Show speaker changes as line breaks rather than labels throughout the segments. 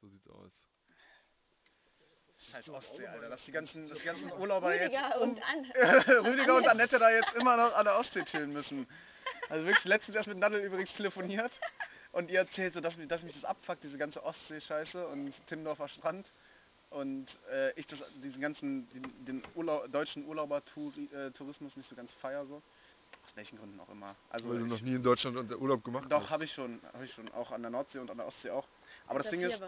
So sieht's aus.
Scheiß Ostsee, Alter. Lass die ganzen, dass die ganzen Urlauber jetzt. um
Rüdiger und an.
Rüdiger und Annette da jetzt immer noch an der Ostsee chillen müssen. Also wirklich, letztens erst mit Nadel übrigens telefoniert und ihr erzählte, dass, mich- dass mich das abfuckt, diese ganze Ostsee-Scheiße und Timmendorfer Strand. Und äh, ich das, diesen ganzen, den, den Urlau deutschen Urlaubertourismus nicht so ganz feier so. Aus welchen Gründen auch immer. Also
Weil du noch
ich,
nie in Deutschland unter Urlaub gemacht hast.
doch, habe ich schon, habe ich schon, auch an der Nordsee und an der Ostsee auch. Aber das Ding ist,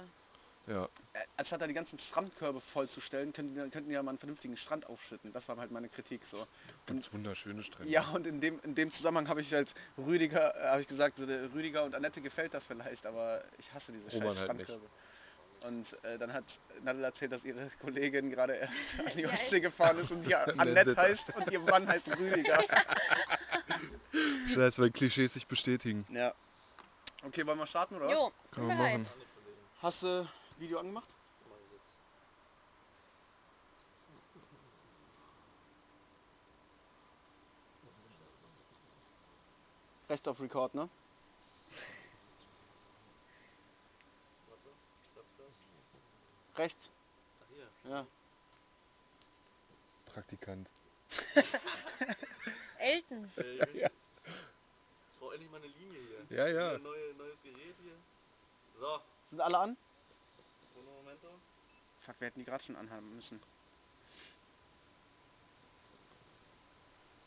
Ja.
äh, anstatt da die ganzen Strandkörbe vollzustellen, könnten, wir- könnten die ja mal einen vernünftigen Strand aufschütten. Das war halt meine Kritik so. Und
Gibt's wunderschöne Strände.
Hm. ja, und in dem, in dem Zusammenhang habe ich halt Rüdiger, äh, habe ich gesagt, so der Rüdiger und Annette gefällt das vielleicht, aber ich hasse diese
Roman
scheiß
halt nicht.
Strandkörbe. Und äh, dann hat Nadel erzählt, dass ihre Kollegin gerade erst an die Ostsee gefahren ist und die Annette
Annette.
heißt und ihr Mann heißt Rüdiger.
Scheiße, weil Klischees sich bestätigen.
ja. Okay, wollen wir starten oder was?
Jo,
Kann man machen.
bereit.
Hast du Video angemacht? Rechts auf Record, ne? Rechts. Ja.
Praktikant.
Elton.
Ey, richtig. Ich brauche endlich mal eine Linie hier.
Ja, ja.
Wieder Neue, neues Gerät hier. So,
Sind alle an?
ohne Momento.
Fuck, wir hätten die gerade schon anhaben müssen.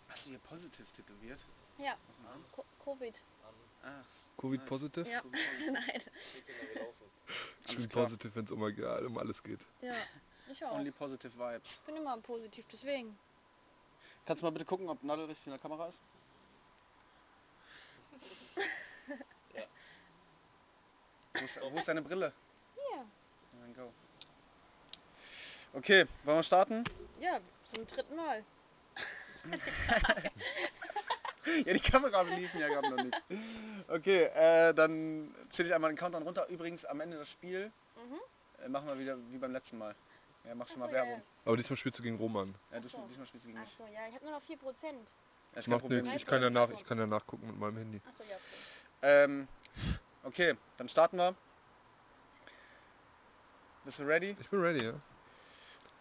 Hast du hier positiv tätowiert?
Ja, Co Covid.
Ach,
Covid positive?
Ja, nein.
Ich
Alles
bin
klar.
positive, wenn es um, um alles geht.
Ja, ich auch.
only positive vibes.
Ich bin immer positiv, deswegen.
Kannst du mal bitte gucken, ob Nadel richtig in der Kamera ist? Wo ist, wo ist deine Brille?
Hier.
Ja, Dann go. Okay, wollen wir starten?
Ja, zum dritten Mal.
Hm. Ja, die Kameras liefen ja gerade noch nicht. Okay, äh, dann zähle ich einmal den Countdown runter. Übrigens, am Ende das Spiel äh, machen wir wieder wie beim letzten Mal. Ja, mach schon mal
Mhm. Ach so, ja,
Werbung.
Aber diesmal spielst du gegen Roman.
Ja, du,
Ach so. Ah.
Diesmal spielst du gegen mich.
Achso, ja, ich habe nur noch 4%.
Ja, ist kein
Macht
Problem.
nichts. Ich kann ja nach, ich kann ja nachgucken mit meinem Handy.
Achso, ja, okay.
Ähm, okay, dann starten wir. Bist du ready?
Ich bin ready, ja.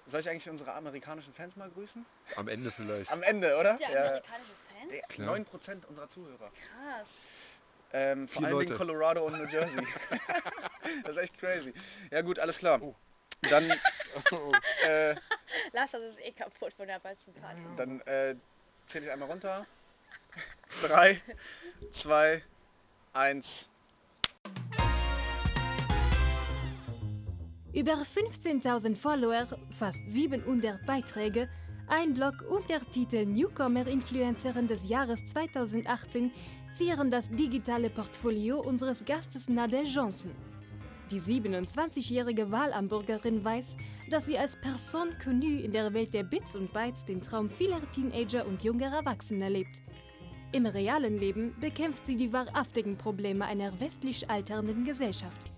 Soll ich eigentlich unsere amerikanischen Fans mal grüßen?
Am Ende vielleicht.
Am Ende, oder?
Der amerikanische Fan?
Der
Klar.
9% unserer Zuhörer.
Krass.
Ähm, vor
Vier
allen Dingen
Leute.
Colorado und New Jersey. das ist echt crazy. Ja gut, alles klar.
Oh.
Dann, äh,
Lass, das ist eh kaputt von der Uh. Balzenparty.
dann äh, zähle ich einmal runter. Drei, zwei, eins.
Über 15.000 Follower, fast 700 Beiträge, ein Blog und der Titel Newcomer Influencerin des Jahres 2018 zieren das digitale Portfolio unseres Gastes Nadel Johnson. Die 27-jährige Wahlamburgerin weiß, dass sie als Person connue in der Welt der Bits und Bytes den Traum vieler Teenager und junger Erwachsener lebt. Im realen Leben bekämpft sie die wahrhaftigen Probleme einer westlich alternden Gesellschaft.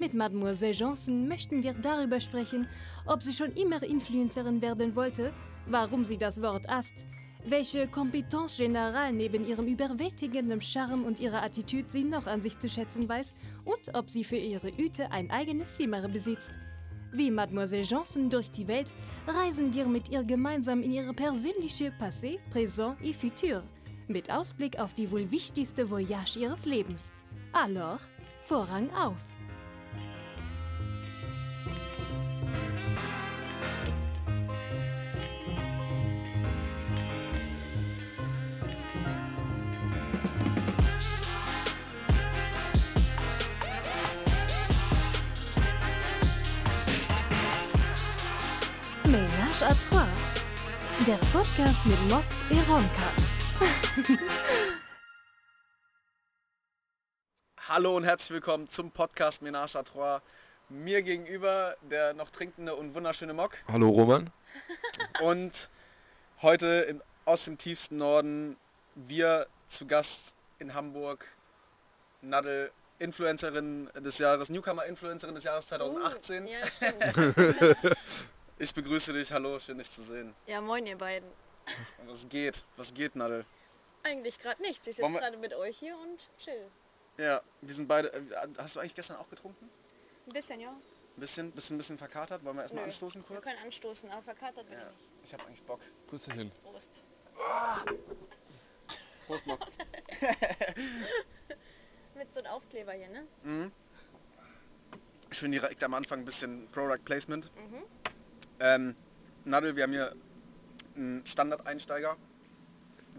Mit Mademoiselle Johnson möchten wir darüber sprechen, ob sie schon immer Influencerin werden wollte, warum sie das Wort hasst, welche Kompetenz general neben ihrem überwältigenden Charme und ihrer Attitüde sie noch an sich zu schätzen weiß und ob sie für ihre Üte ein eigenes Zimmer besitzt. Wie Mademoiselle Johnson durch die Welt reisen wir mit ihr gemeinsam in ihre persönliche Passé, Présent et Futur, mit Ausblick auf die wohl wichtigste Voyage ihres Lebens. Alors, Vorhang auf! Ménage à trois. Der Podcast mit Mock et Ronka.
Hallo und herzlich willkommen zum Podcast Ménage à Trois. Mir gegenüber der noch trinkende und wunderschöne Mock.
Hallo Roman.
Und heute im, aus dem tiefsten Norden wir zu Gast in Hamburg, Nadel, Influencerin des Jahres, Newcomer-Influencerin des Jahres 2018.
Oh, Ja, das stimmt.
Ich begrüße dich, hallo, schön dich zu sehen.
Ja, moin, ihr beiden.
Und was geht? Was geht, Nadel?
Eigentlich gerade nichts. Ich sitze
Wollen wir-
gerade mit euch hier und chill.
Ja, wir sind beide. äh, Hast du eigentlich gestern auch getrunken?
Ein bisschen, ja.
Ein bisschen, bisschen, bisschen verkatert. Wollen wir erstmal
Nö.
anstoßen
Wir
kurz?
können anstoßen, aber verkatert bin
Ja,
ich nicht.
ich habe eigentlich Bock.
Grüße hin.
Prost.
Ah. Prost noch.
Mit so einem Aufkleber hier, ne?
Schön direkt am Anfang ein bisschen Product Placement. Ähm, Nadel, wir haben hier einen Standard-Einsteiger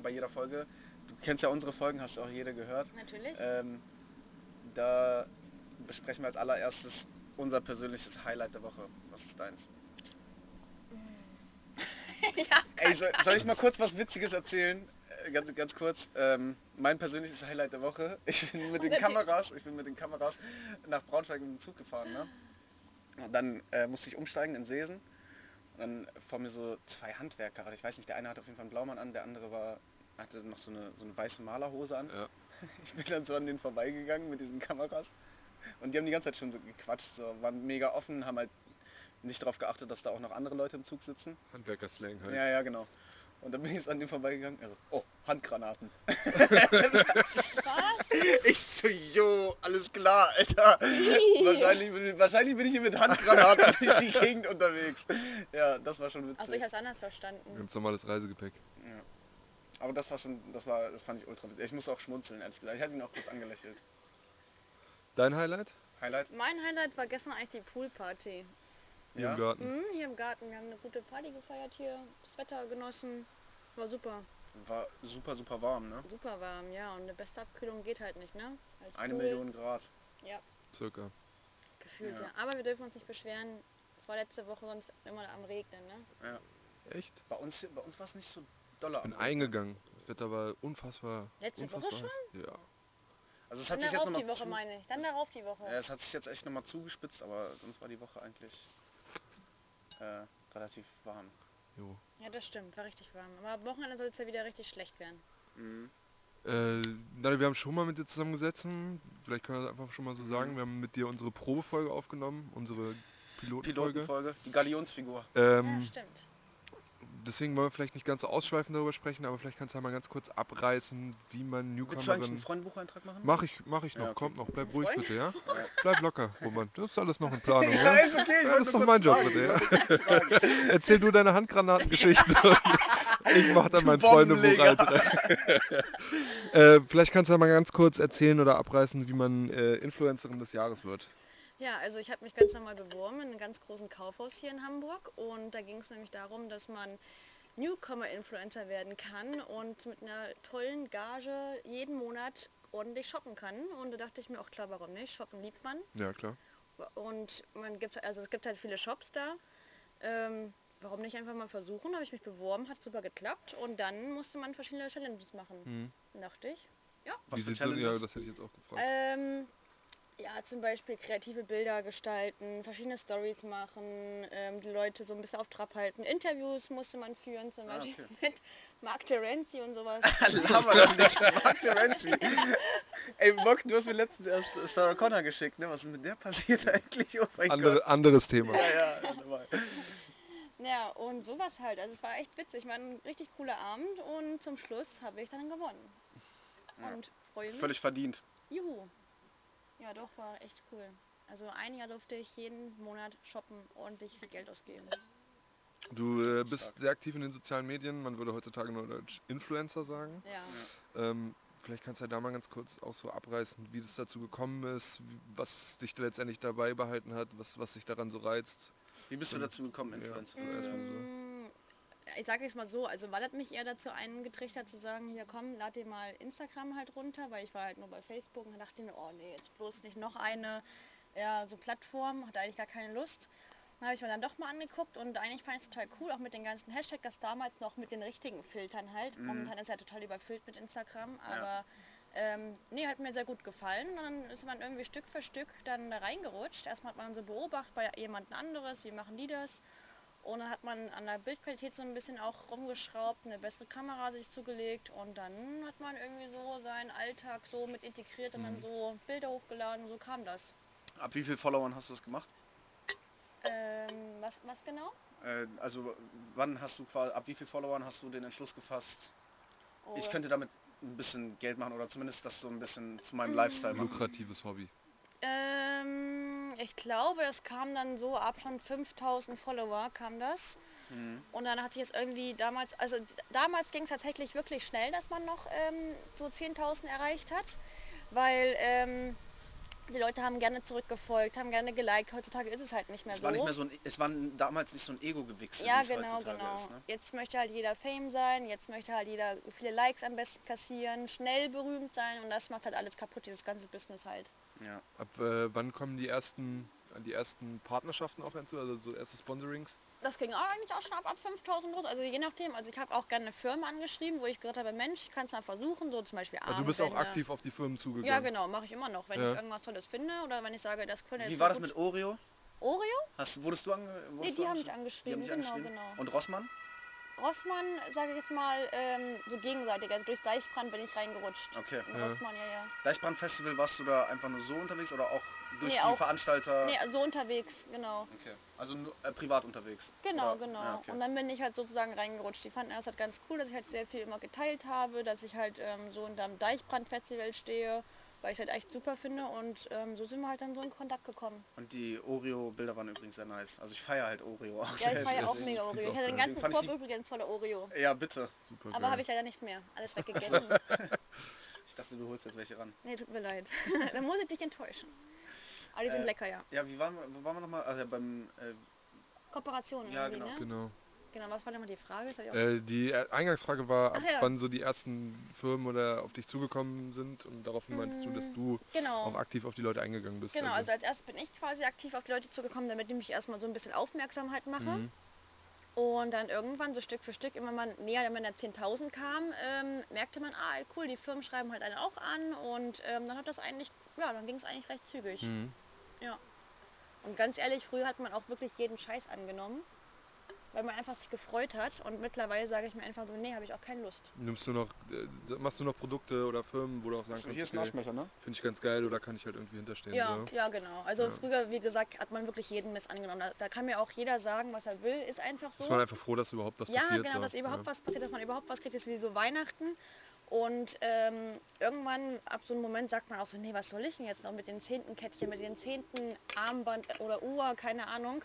bei jeder Folge. Du kennst ja unsere Folgen, hast auch jede gehört.
Natürlich.
Ähm, da besprechen wir als allererstes unser persönliches Highlight der Woche. Was ist deins?
ja.
Ey, so, soll ich mal kurz was Witziges erzählen? Äh, Ganz, ganz kurz. Ähm, mein persönliches Highlight der Woche. Ich bin mit den Kameras, ich bin mit den Kameras nach Braunschweig mit dem Zug gefahren. Ne? Und dann äh, musste ich umsteigen in Seesen. Und dann vor mir so zwei Handwerker. Oder ich weiß nicht, der eine hatte auf jeden Fall einen Blaumann an, der andere war, hatte noch so eine, so eine weiße Malerhose an.
Ja.
Ich bin dann so an denen vorbeigegangen mit diesen Kameras. Und die haben die ganze Zeit schon so gequatscht, so, waren mega offen, haben halt nicht darauf geachtet, dass da auch noch andere Leute im Zug sitzen.
Handwerker-Slang halt.
Ja, ja, genau. Und dann bin ich an dem vorbeigegangen. Also, oh, Handgranaten.
Was?
Ich so, jo, alles klar, Alter. wahrscheinlich, bin, wahrscheinlich bin ich hier mit Handgranaten durch die Gegend unterwegs. Ja, das war schon
Achso, ich
witzig.
hab's anders
Wir
verstanden.
haben normales Reisegepäck.
Aber das war schon, das war, das fand ich ultra witzig. Ich musste auch schmunzeln, ehrlich gesagt. Ich hatte ihn auch kurz angelächelt.
Dein Highlight?
Highlight?
Mein Highlight war gestern eigentlich die Poolparty.
Hier
Ja.
im Garten.
Hm, hier im Garten. Wir haben eine gute Party gefeiert hier. Das Wetter genossen. War super.
War super, super warm, ne?
Super warm, ja. Und eine beste Abkühlung geht halt nicht, ne? Als
Eine
Pool.
Million Grad.
Ja,
Circa.
gefühlt,
Ja.
ja. Aber wir dürfen uns nicht beschweren. Es war letzte Woche sonst immer am Regnen, ne?
Ja.
Echt?
Bei uns, bei uns war es nicht so doller.
Bin eingegangen. Das Wetter war unfassbar.
Letzte Woche
unfassbar
schon?
heiß. Ja.
Also es
Dann
hat sich jetzt
darauf die
nochmal
Woche,
zu,
meine ich. Dann darauf die Woche.
Ja, es hat sich jetzt echt nochmal zugespitzt, aber sonst war die Woche eigentlich äh, relativ warm.
Jo.
Ja, das stimmt. War richtig warm. Aber am Wochenende soll es ja wieder richtig schlecht werden.
Äh, na, wir haben schon mal mit dir zusammengesessen. Vielleicht können wir das einfach schon mal so sagen. Wir haben mit dir unsere Probefolge aufgenommen, unsere Pilotenfolge.
Pilotenfolge, die Galionsfigur.
Ja,
Ähm,
stimmt.
deswegen wollen wir vielleicht nicht ganz so ausschweifend darüber sprechen, aber vielleicht kannst du ja mal ganz kurz abreißen, wie man
Willst du eigentlich einen
Newcomerin...
Freundbucheintrag machen?
Mach ich, mach ich noch.
Ja, okay.
Kommt noch. Bleib ruhig
Freund?
bitte, ja? Bleib locker, Roman. Das ist alles noch in Planung,
Ja,
ja?
ist okay, ich
Das
wollte
ist doch
nur kurz
mein Job
fragen.
bitte, ja? Erzähl du deine Handgranatengeschichten. ich mach dann
Du
meinen Freundebuch
Bombenleger.
äh, Vielleicht kannst du ja mal ganz kurz erzählen oder abreißen, wie man äh, Influencerin des Jahres wird.
Ja, also ich habe mich ganz normal beworben in einem ganz großen Kaufhaus hier in Hamburg und da ging es nämlich darum, dass man Newcomer-Influencer werden kann und mit einer tollen Gage jeden Monat ordentlich shoppen kann. Und da dachte ich mir auch klar, warum nicht? Shoppen liebt man.
Ja, klar.
Und man gibt, also es gibt halt viele Shops da. Ähm, warum nicht einfach mal versuchen? Habe ich mich beworben, hat super geklappt. Und dann musste man verschiedene Challenges machen, dachte ich. Ja.
Was für
sieht's so- Ja,
Challenges? Äh,
das hätte ich jetzt auch gefragt.
Ähm, ja, zum Beispiel kreative Bilder gestalten, verschiedene Stories machen, ähm, die Leute so ein bisschen auf Trab halten. Interviews musste man führen, zum
Ah,
Beispiel
okay.
mit Mark Terenzi und sowas.
Laber doch nicht, Mark Terenzi. Ey, Mock, du hast mir letztens erst äh, Sarah Connor geschickt, ne? Was ist mit der passiert eigentlich? Oh mein Gott.
Andere, anderes Thema.
Ja, ja, normal.
ja, und sowas halt. Also es war echt witzig, war ein richtig cooler Abend und zum Schluss habe ich dann gewonnen. Und freue mich.
Völlig verdient.
Juhu. Ja, doch, war echt cool. Also ein Jahr durfte ich jeden Monat shoppen, ordentlich viel Geld ausgeben.
Du äh, bist sehr aktiv in den sozialen Medien. Man würde heutzutage nur Deutsch Influencer sagen.
Ja.
Ähm, vielleicht kannst du ja da mal ganz kurz auch so abreißen, wie das dazu gekommen ist, wie- was dich da letztendlich dabei behalten hat, was, was dich daran so reizt.
Wie bist du dazu gekommen, Influencer?
Ja,
zu
erst
sein?
mal so.
ich sage es mal so, also Wall hat mich eher dazu eingetrichtert zu sagen, hier komm, lad dir mal Instagram halt runter, weil ich war halt nur bei Facebook und dann dachte ich mir, oh nee, jetzt bloß nicht noch eine ja, so Plattform, hatte eigentlich gar keine Lust. Dann habe ich mir dann doch mal angeguckt und eigentlich fand ich es total cool, auch mit den ganzen Hashtags damals noch mit den richtigen Filtern halt. Momentan ist ja total überfüllt mit Instagram, aber ähm, nee, hat mir sehr gut gefallen. Und dann ist man irgendwie Stück für Stück dann da reingerutscht. Erstmal hat man so beobachtet bei jemand anderes, wie machen die das? Und dann hat man an der Bildqualität so ein bisschen auch rumgeschraubt, eine bessere Kamera sich zugelegt und dann hat man irgendwie so seinen Alltag so mit integriert und dann so Bilder hochgeladen, so kam das.
Ab wie viel Followern hast du das gemacht?
Ähm, was, was genau?
Äh, also wann hast du quasi, ab wie viel Followern hast du den Entschluss gefasst, ich
Oder-
könnte damit ein bisschen Geld machen oder zumindest das so ein bisschen zu meinem Lifestyle machen?
Lukratives Hobby.
Ähm, Ich glaube, das kam dann so ab schon 5000 Follower kam das.
Mhm.
Und dann hatte ich es irgendwie damals, also d- damals ging es tatsächlich wirklich schnell, dass man noch ähm, so 10.000 erreicht hat, weil ähm, die Leute haben gerne zurückgefolgt, haben gerne geliked. Heutzutage ist es halt nicht mehr
Es
so.
war nicht mehr so ein, es war damals nicht so ein Ego-Gewichse,
ja,
wie es
genau,
heutzutage
genau.
ist. Ne?
Jetzt möchte halt jeder Fame sein, jetzt möchte halt jeder viele Likes am besten kassieren, schnell berühmt sein und das macht halt alles kaputt, dieses ganze Business halt.
Ja.
Ab äh, wann kommen die ersten, die ersten Partnerschaften auch hinzu, also so erste Sponsorings?
Das ging auch eigentlich auch schon ab, ab 5000 los, also je nachdem. Also ich habe auch gerne eine Firma angeschrieben, wo ich gesagt habe, Mensch, ich kann es mal versuchen, so zum Beispiel
Also du bist auch
Armbänder.
aktiv auf die Firmen zugegangen.
Ja, genau, mache ich immer noch, wenn
Ja.
ich irgendwas Tolles finde oder wenn ich sage, das könnte
Wie
jetzt
war
so
das
gut-
mit Oreo?
Oreo?
Hast, wurdest du ange wurdest
Nee,
du
die haben mich
Die haben
angeschrieben,
dich
genau,
angeschrieben?
genau.
Und Rossmann?
Rossmann, sage ich jetzt mal, ähm, so gegenseitig, also durch Deichbrand bin ich reingerutscht.
Okay.
In Rossmann, ja, ja.
Deichbrand-Festival, warst du da einfach nur so unterwegs oder auch durch die
Nee, auch-
Veranstalter?
Nee, so unterwegs, genau.
Okay. Also nur, äh, privat unterwegs?
Genau,
oder?
genau.
Ja, Ah, okay.
Und dann bin ich halt sozusagen reingerutscht. Die fanden das halt ganz cool, dass ich halt sehr viel immer geteilt habe, dass ich halt ähm, so unterm Deichbrandfestival stehe, weil ich es halt echt super finde. Und ähm, so sind wir halt dann so in Kontakt gekommen.
Und die Oreo-Bilder waren übrigens sehr nice. Also ich feiere halt Oreo auch
Ja, ich
selbst.
war ja auch
Das-
mega Oreo. Ich hatte den
geil.
ganzen
Fand ich
Korb
die-
übrigens voller Oreo.
Ja, bitte.
Super
Aber habe
geil.
ich leider nicht mehr. Alles weggegessen.
Ich dachte, du holst jetzt welche ran.
nee, tut mir leid. dann muss ich dich enttäuschen. Aber die sind
Äh,
lecker, ja.
Ja, wie waren wir, wo waren wir nochmal? Also beim, äh,
Kooperationen
ja,
irgendwie,
genau.
ne?
Genau.
Genau, was war denn mal die Frage? Das hatte ich auch-
Äh, die äh, Eingangsfrage war, ab
Ach ja.
wann so die ersten Firmen oder auf dich zugekommen sind und daraufhin meintest du, dass du
Genau.
auch aktiv auf die Leute eingegangen bist.
Genau, also als erstes bin ich quasi aktiv auf die Leute zugekommen, damit ich mich erstmal so ein bisschen Aufmerksamkeit mache. Und dann irgendwann so Stück für Stück, immer mal näher, wenn man da 10.000 kam, ähm, merkte man, ah cool, die Firmen schreiben halt einen auch an. Und ähm, dann hat das eigentlich, ja, dann ging es eigentlich recht zügig. Ja. Und ganz ehrlich, früher hat man auch wirklich jeden Scheiß angenommen, weil man einfach sich gefreut hat. Und mittlerweile sage ich mir einfach so, nee, habe ich auch keine Lust.
Nimmst du noch, äh, machst du noch Produkte oder Firmen, wo du auch sagen
so,
kannst,
hier ist ein
okay,
Aschenbecher, ne?
finde ich ganz geil oder kann ich halt irgendwie hinterstehen.
Ja,
oder?
ja, genau. Also früher, wie gesagt, hat man wirklich jeden Mist angenommen. Da, da kann mir auch jeder sagen, was er will, ist einfach so.
Ist man einfach froh, dass überhaupt was
ja,
passiert.
genau,
so.
dass überhaupt
ja.
was passiert, dass man überhaupt was kriegt, ist wie so Weihnachten. Und ähm, irgendwann, ab so einem Moment, sagt man auch so, nee, was soll ich denn jetzt noch mit den zehnten Kettchen, mit den zehnten Armband oder Uhr, keine Ahnung.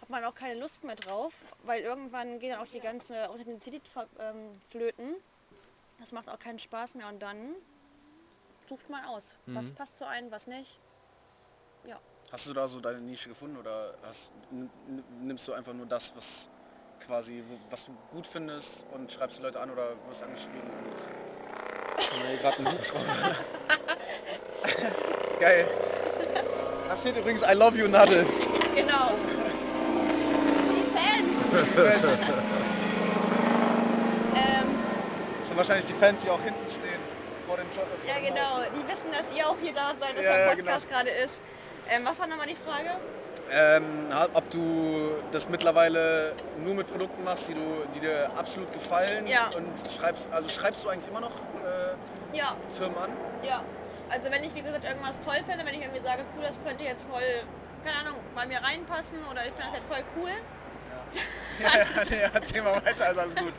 Hat man auch keine Lust mehr drauf, weil irgendwann geht dann auch die ganze Authentizität ver- ähm, flöten. Das macht auch keinen Spaß mehr. Und dann sucht man aus,
Mhm.
was passt zu einem, was nicht. Ja.
Hast du da so deine Nische gefunden oder hast, n- n- nimmst du einfach nur das, was quasi, wo- was du gut findest und schreibst die Leute an oder wirst angeschrieben und Ich hab gerade einen Hubschrauber. Geil. Da steht übrigens I love you Nadel.
Genau. Für die Fans.
Fans.
Ähm,
Das sind wahrscheinlich die Fans, die auch hinten stehen. Vor den Zo vor
ja,
dem
genau.
Haus.
Die wissen, dass ihr auch hier da seid, dass
Ja, ja, genau.
der Podcast gerade ist. Ähm, was war nochmal die Frage?
Ähm, ob du das mittlerweile nur mit Produkten machst, die, du, die dir absolut gefallen
Ja.
und schreibst, also schreibst du eigentlich immer noch äh,
Ja,
Firmen an?
ja. Also wenn ich, wie gesagt, irgendwas toll finde, wenn ich irgendwie sage, cool, das könnte jetzt voll, keine Ahnung, bei mir reinpassen oder ich finde das jetzt voll cool,
Ja, ja, nee, erzähl mal weiter, also alles gut.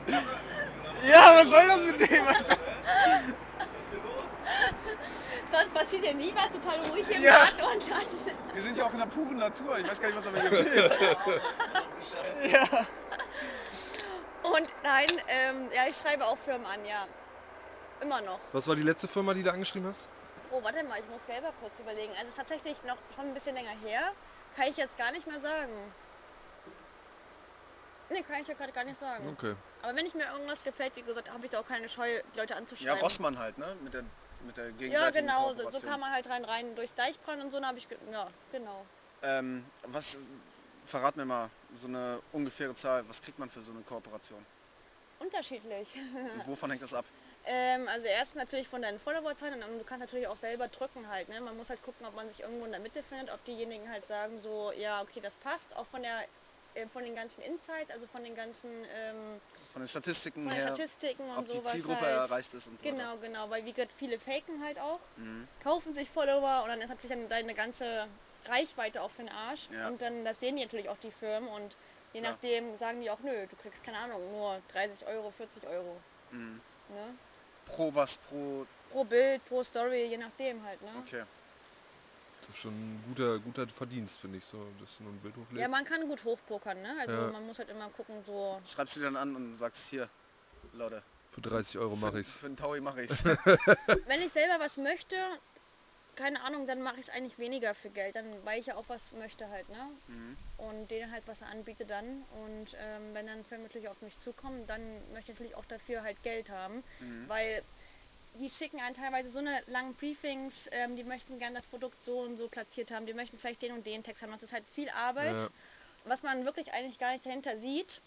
Ja, was soll das mit dem? Alter?
sonst passiert ja nie was, total ruhig hier
Ja.
im Bad und dann
Wir sind ja auch in der puren Natur, ich weiß gar nicht, was er mit mir will.
Und nein, ähm, ja, ich schreibe auch Firmen an, ja. Immer noch.
Was war die letzte Firma, die du angeschrieben hast?
Oh, warte mal, ich muss selber kurz überlegen. Also es ist tatsächlich noch schon ein bisschen länger her. Kann ich jetzt gar nicht mehr sagen. Nee, kann ich ja gerade gar nicht sagen.
Okay.
Aber wenn ich mir irgendwas gefällt, wie gesagt, habe ich da auch keine Scheu, die Leute
Ja,
anzuschreiben.
Rossmann halt, ne? Mit der, mit der
Ja,
gegenseitigen
genau, so, so
Kooperation.
kam man halt rein, rein durchs Deichbrand und so, dann habe ich, ge ja, genau.
Ähm, was, verrat mir mal so eine ungefähre Zahl, was kriegt man für so eine Kooperation?
Unterschiedlich.
Und wovon hängt das ab?
Ähm, also erst natürlich von deinen Followerzahlen und du kannst natürlich auch selber drücken halt. Ne? Man muss halt gucken, ob man sich irgendwo in der Mitte findet, ob diejenigen halt sagen so, ja okay, das passt. Auch von der äh, von den ganzen Insights, also von den ganzen ähm,
Von den Statistiken
von den
her,
Statistiken und
ob die
sowas
Zielgruppe
halt.
erreicht ist Mhm. und so
Genau,
weiter.
genau, weil wie gesagt, viele faken halt auch, kaufen sich Follower und dann ist natürlich dann deine ganze Reichweite auch für den Arsch.
Ja.
Und dann, das sehen die natürlich auch die Firmen und je
Klar.
nachdem sagen die auch, nö, du kriegst keine Ahnung, nur 30 Euro, 40 Euro.
Mhm.
Ne?
Pro was, pro...
Pro Bild, pro Story, je nachdem halt. Ne?
Okay.
Das ist schon ein guter, guter Verdienst, finde ich, so, dass du nur ein Bild hochlädst.
Ja, man kann gut hochpokern, ne? Also
Ja.
man muss halt immer gucken, so.
Schreibst du dir dann an und sagst, hier, Leute,
Für 30 Euro mache
für,
ich's.
für einen Taui mache ich's.
Wenn ich selber was möchte, keine Ahnung, dann mache ich es eigentlich weniger für Geld, dann weil ich ja auch was möchte halt, ne? Und denen halt was anbiete dann. Und ähm, wenn dann Filme natürlich auf mich zukommen, dann möchte ich natürlich auch dafür halt Geld haben. Weil die schicken einen teilweise so eine langen Briefings, ähm, die möchten gerne das Produkt so und so platziert haben, die möchten vielleicht den und den Text haben. Das ist halt viel Arbeit,
Ja.
was man wirklich eigentlich gar nicht dahinter sieht.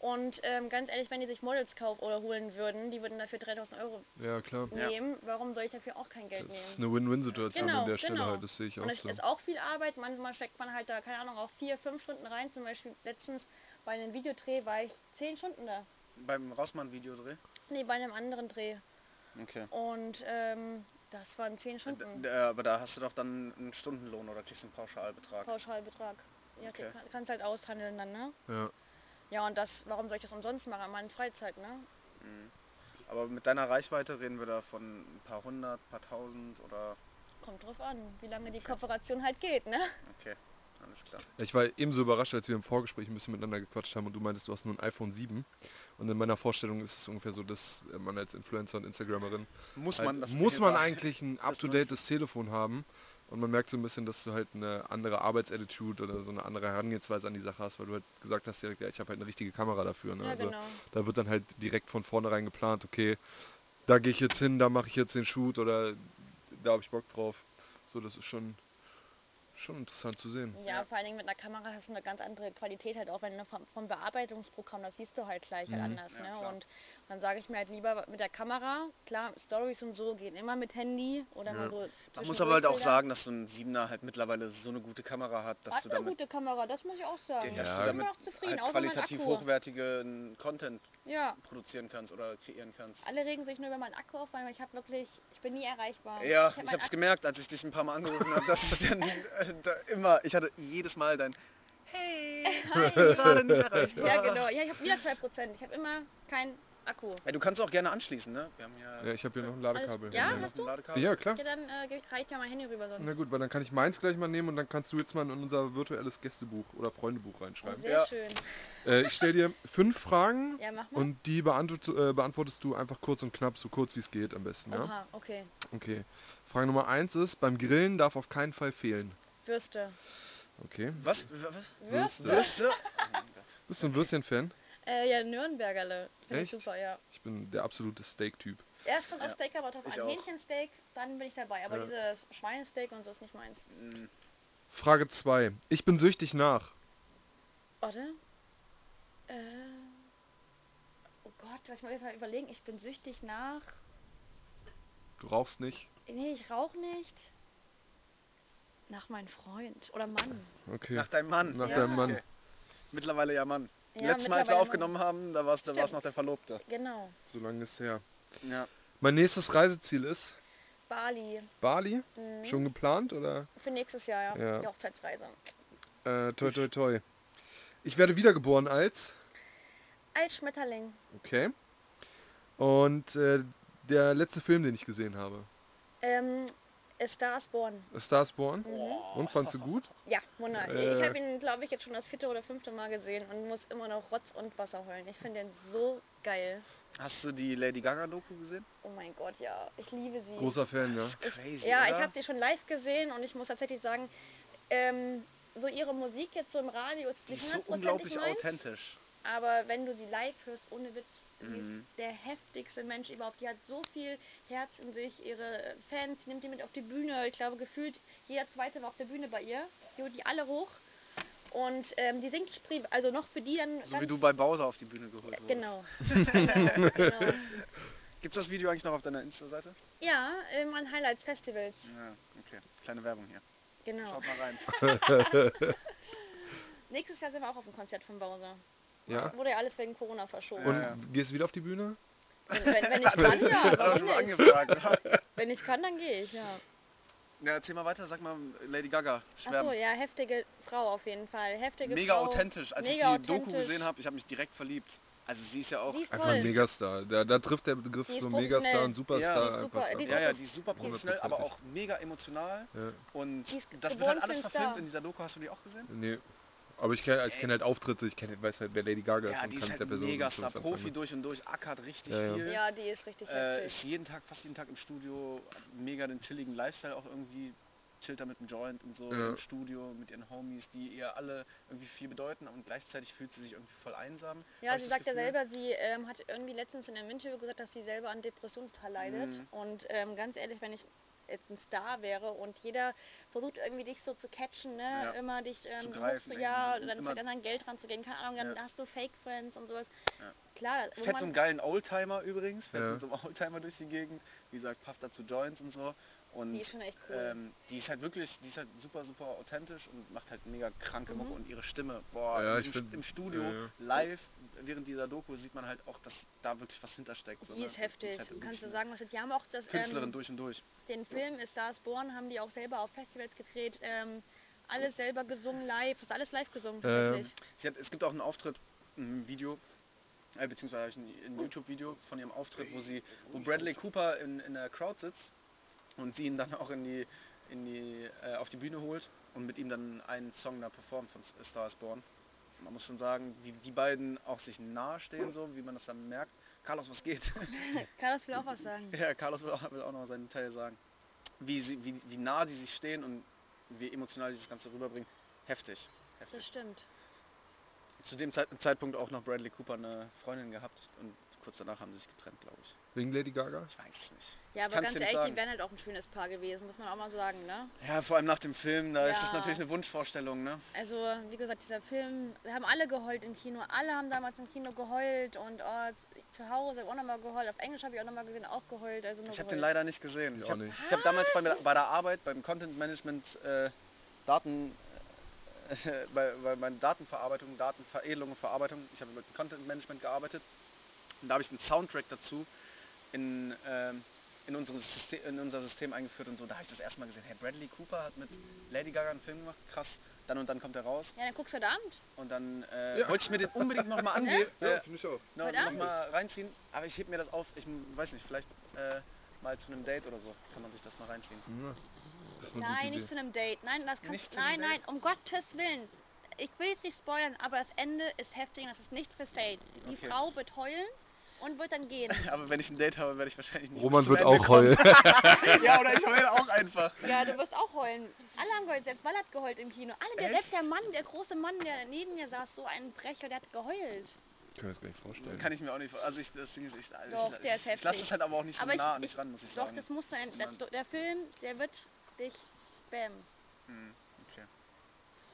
Und ähm, ganz ehrlich, wenn die sich Models kaufen oder holen würden, die würden dafür 3000 Euro
Ja, klar.
Ja.
nehmen, warum soll ich dafür auch kein Geld
Das ist
nehmen? Genau,
eine Win-Win-Situation an der Stelle halt, das sehe ich
Und
auch
es
so.
ist auch viel Arbeit. Manchmal steckt man halt da, keine Ahnung, auch vier, fünf Stunden rein. Zum Beispiel letztens bei einem Videodreh war ich zehn Stunden da.
Beim Rossmann-Videodreh.
Nee, bei einem anderen Dreh.
Okay.
Und ähm, das waren
Äh,
zehn Stunden
äh, Aber da hast du doch dann einen Stundenlohn oder kriegst einen Pauschalbetrag.
Pauschalbetrag. Ja,
Okay.
du kann- kannst halt aushandeln dann, ne?
ja.
Ja, und das, warum soll ich das umsonst machen? In meiner Freizeit, ne?
Aber mit deiner Reichweite reden wir da von ein paar hundert, paar tausend oder...
Kommt drauf an, wie lange die Kooperation halt geht, ne?
Okay, alles klar.
Ich war ebenso überrascht, als wir im Vorgespräch ein bisschen miteinander gequatscht haben und du meintest, du hast nur ein iPhone 7. Und in meiner Vorstellung ist es ungefähr so, dass äh, man als Influencer und Instagramerin
Muss
halt,
man das...
muss man
Thema-
eigentlich ein up-to-datees Telefon haben. Und man merkt so ein bisschen, dass du halt eine andere Arbeitsattitude oder so eine andere Herangehensweise an die Sache hast, weil du halt gesagt hast direkt, ja, ich habe halt eine richtige Kamera dafür. Ne?
Ja,
also
genau.
da wird dann halt direkt von vornherein geplant, okay, da gehe ich jetzt hin, da mache ich jetzt den Shoot oder da habe ich Bock drauf. So, das ist schon, schon interessant zu sehen.
Ja, vor allen Dingen mit einer Kamera hast du eine ganz andere Qualität halt auch, wenn du vom, vom Bearbeitungsprogramm, das siehst du halt gleich halt anders.
Mhm. Ja,
ne?
klar.
Und dann sage ich mir halt lieber mit der Kamera, klar, Stories und so gehen immer mit Handy oder mal so.
Man muss aber halt auch
Bilder.
sagen, dass so ein Siebener halt mittlerweile so eine gute Kamera hat, dass
Hat
du
eine
damit,
gute Kamera, das muss ich auch sagen.
dass
Ja.
du
Ich bin
damit
auch zufrieden,
halt
außer mein
qualitativ
Akku.
hochwertigen Content
Ja,
produzieren kannst oder kreieren kannst.
alle regen sich nur über meinen Akku auf, weil ich habe wirklich, ich bin nie erreichbar.
Ja,
hab
ich
meinen
hab's
Akku-
gemerkt, als ich dich ein paar Mal angerufen habe, dass ich dann äh, da immer, ich hatte jedes Mal dein Hey, ich bin gerade nicht erreichbar.
Äh, Ja, genau. Ja, ich habe wieder 2%. Ich habe immer kein Akku.
Ey, du kannst auch gerne anschließen, ne? Wir haben hier
Ja, ich habe hier noch ein
Alles,
Ladekabel.
ja,
noch
hast
ein
du?
Ladekabel.
ja, klar.
Ja, dann äh, geh- reicht ja mein Handy rüber sonst.
Na gut, weil dann kann ich meins gleich mal nehmen und dann kannst du jetzt mal in unser virtuelles Gästebuch oder Freundebuch
Oh,
reinschreiben.
sehr
Ja.
schön.
Äh, ich stelle dir fünf Fragen
Ja, mach mal.
und die beantwort, äh, beantwortest du einfach kurz und knapp, so kurz wie es geht am besten. Ja?
Oha, okay.
Okay. Frage Nummer eins ist, beim Grillen darf auf keinen Fall fehlen.
Würste.
Okay.
Was? W- Was?
Würste?
Würste?
Bist du ein Würstchen-Fan?
Äh, ja, Nürnbergerle. Finde ich
Echt?
super, ja.
Ich bin der absolute Steak-Typ.
Erst kommt auf Steak, aber drauf
Ich
an.
auch.
Hähnchensteak, dann bin ich dabei. Aber dieses Schweinesteak und so ist nicht meins.
Frage 2. Ich bin süchtig nach.
Warte. Äh. Oh Gott, lass mich jetzt mal überlegen. Ich bin süchtig nach.
Du rauchst nicht.
Nee, ich rauche nicht. Nach meinem Freund oder Mann.
Okay.
Nach deinem Mann.
Nach
Ja.
deinem Mann.
Okay. Mittlerweile ja Mann.
Ja,
Letztes Mal, als wir
mittlerweile
aufgenommen haben, da war es da war's
Stimmt.
noch der Verlobte.
Genau.
So lange ist her.
Ja.
Mein nächstes Reiseziel ist
Bali.
Bali.
Mhm.
Schon geplant oder?
Für nächstes Jahr, ja.
Ja.
Die Hochzeitsreise.
Äh, toi, toi, toi. Ich werde wiedergeboren als.
Als Schmetterling.
Okay. Und äh, der letzte Film, den ich gesehen habe.
Ähm. A Star is Born.
A Stars
Mhm.
Born. Und fandst du gut?
Ja, Wunder.
Äh.
Ich habe ihn, glaube ich, jetzt schon das vierte oder fünfte Mal gesehen und muss immer noch Rotz und Wasser heulen. Ich finde den so geil.
Hast du die Lady Gaga Doku gesehen?
Oh mein Gott, ja. Ich liebe sie.
Großer Fan, ja.
Crazy.
ja, ich
oder?
habe sie schon live gesehen und ich muss tatsächlich sagen, ähm, so ihre Musik jetzt so im Radio ist
Die
nicht
ist so
hundertprozentig
unglaublich
meins,
authentisch.
aber wenn du sie live hörst, ohne Witz, sie
Mhm.
ist der heftigste Mensch überhaupt. Die hat so viel Herz in sich, ihre Fans, sie nimmt die mit auf die Bühne. Ich glaube, gefühlt jeder Zweite war auf der Bühne bei ihr. Die holt die alle hoch und ähm, die singt, pri- also noch für die dann
So wie du bei Bowser auf die Bühne geholt wurdest.
Genau. genau.
Gibt's das Video eigentlich noch auf deiner Insta-Seite?
Ja, immer an Highlights Festivals.
Ja, okay. Kleine Werbung hier.
Genau.
Schaut mal rein.
Nächstes Jahr sind wir auch auf dem Konzert von Bowser.
Ja.
Wurde ja alles wegen Corona verschoben.
Und gehst wieder auf die Bühne?
Wenn, wenn, wenn ich kann, ja.
Hat er schon mal
Warum nicht?
angefragt. ne?
Wenn ich kann, dann gehe ich, ja.
Ja, erzähl mal weiter, sag mal Lady Gaga.
Achso,
Schwärmen.
ja, heftige Frau auf jeden Fall. Heftige
Mega
Frau.
authentisch. Als ich die
Mega
Doku
authentisch.
gesehen habe, ich habe mich direkt verliebt. Also sie ist ja auch.
Sie ist
Einfach
toll.
ein Megastar. Da, da trifft der Begriff
Die ist
so Megastar
professionell.
und
Ja,
Superstar
die
ist super.
einfach.
Die ist
ja, ja,
wirklich
die ist super professionell, aber auch mega emotional. Und
Die ist
das wird
geboren
halt alles
für einen
verfilmt
Star.
in dieser Doku. Hast du die auch gesehen?
Nee. Aber ich kenne ich kenn halt Auftritte, ich kenn, weiß halt, wer Lady Gaga ist.
Ja,
und
die
kann
ist
mit
halt ein Megastar,
Person schon was
Profi durch und durch, ackert richtig
Ja, ja.
viel.
Ja, die ist richtig
Äh, ist
heftig.
jeden Tag, fast jeden Tag im Studio, hat mega den chilligen Lifestyle auch irgendwie, chillt da mit dem Joint und so
Ja.
im Studio mit ihren Homies, die ihr alle irgendwie viel bedeuten und gleichzeitig fühlt sie sich irgendwie voll einsam.
Ja,
hab ich
sie
das
sagt ja
Gefühl.
selber, sie ähm, hat irgendwie letztens in einem Interview gesagt, dass sie selber an Depressionen total leidet.
Mhm.
Und ähm, ganz ehrlich, wenn ich jetzt ein Star wäre und jeder versucht irgendwie dich so zu catchen, ne?
Ja.
immer dich ähm,
Zu
du
greifen,
musst so,
irgendwie.
ja,
Und
dann
immer-
fängt an an Geld ranzugehen, keine Ahnung, dann
Ja.
hast du Fake Friends und sowas. Klar, das- wo
Fährt so einen
man-
geilen Oldtimer übrigens, fährt
Ja.
mit so einem Oldtimer durch die Gegend, wie gesagt, pafft dazu Joints und so. Und
Die ist schon echt cool.
ähm, die ist halt wirklich, die ist halt super, super authentisch und macht halt mega
Mhm.
kranke Mucke und ihre Stimme, boah,
Ja,
in
ich
diesem,
find-
im Studio,
ja, ja.
live, während dieser Doku sieht man halt auch, dass da wirklich was hintersteckt. so,
Die
ne?
ist heftig.
halt wirklich
Kannst du
eine
sagen, was die haben auch das,
Künstlerin
ähm,
durch und durch.
den Film A Stars Born haben die auch selber auf Festivals gedreht, ähm, alles selber gesungen live, ist alles live gesungen tatsächlich.
Sie hat, es gibt auch einen Auftritt, ein Video, äh, beziehungsweise hab ich ein, ein YouTube-Video von ihrem Auftritt, wo sie, wo Bradley Cooper in, in der Crowd sitzt und sie ihn dann auch in die, in die, äh, auf die Bühne holt und mit ihm dann einen Song da performt von S- A Star is Born. Man muss schon sagen, wie die beiden auch sich nahestehen, so wie man das dann merkt. Carlos, was geht?
Carlos will auch was sagen.
ja, Carlos will auch, will auch noch seinen Teil sagen. Wie, sie, wie, wie nah die sich stehen und wie emotional die das Ganze rüberbringt. Heftig. Heftig
Das stimmt.
zu dem Zeit Zeitpunkt auch noch Bradley Cooper eine Freundin gehabt und kurz danach haben sie sich getrennt, glaube ich.
Wegen Lady Gaga?
Ich weiß es nicht. Ich
Ja, aber
kann's
ganz
dir nicht
ehrlich, die
sagen.
wären halt auch ein schönes Paar gewesen, muss man auch mal sagen, ne?
Ja, vor allem nach dem Film, da ist es
Ja.
natürlich eine Wunschvorstellung, ne?
Also, wie gesagt, dieser Film, wir haben alle geheult im Kino, alle haben damals im Kino geheult und oh, zu Hause habe ich auch nochmal geheult, auf Englisch habe ich auch nochmal gesehen, auch geheult. Also nur
Ich habe den
geheult.
leider nicht gesehen.
Ich
Ich,
auch
habe
nicht.
hab damals bei, mir- bei der Arbeit, beim Content Management, äh, Daten, äh, bei, bei meiner Datenverarbeitung, Datenveredelung und Verarbeitung, ich habe mit Content Management gearbeitet und da habe ich den Soundtrack dazu in, ähm, in, unsere Syste- in unser System eingeführt und so. Da habe ich das erste Mal gesehen, hey, Bradley Cooper hat mit Lady Gaga einen Film gemacht, krass. Dann und dann kommt er raus
Ja, dann guckst du heute Abend.
und dann äh, wollte ich mir den unbedingt nochmal angehen. äh,
finde ich auch.
noch,
Heute
noch
Abend?
mal reinziehen, aber ich heb mir das auf, ich m- weiß nicht, vielleicht äh, mal zu einem Date oder so kann man sich das mal reinziehen.
Mhm. Das ist eine
Nein,
gute
nicht
Idee.
zu einem Date. Nein, das
Nicht
kannst
zu
Nein,
einem
nein,
Date?
um Gottes Willen. Ich will jetzt nicht spoilern, aber das Ende ist heftig und das ist nicht fürs Date. Die
Okay.
Frau wird heulen und wird dann gehen.
Aber wenn ich ein Date habe, werde ich wahrscheinlich nicht bis
Roman
zum
wird
Ende
auch
kommen.
heulen.
Ja, oder ich heule auch einfach.
Ja, du wirst auch heulen. Alle haben geheult, selbst Wall hat geheult im Kino. Alle, der, selbst der Mann, der große Mann, der neben mir saß, so ein Brecher, der hat geheult.
Ich kann mir das gar nicht vorstellen.
Kann ich mir auch nicht vor- Also ich, das Ding ist, ich, ich,
Doch, der ist
ich, ich lasse
heftig.
es halt aber auch nicht so
Aber ich,
nah an
ich,
mich ran, muss ich
doch,
sagen.
das muss sein. Der, der Film, der wird dich bam.
Okay.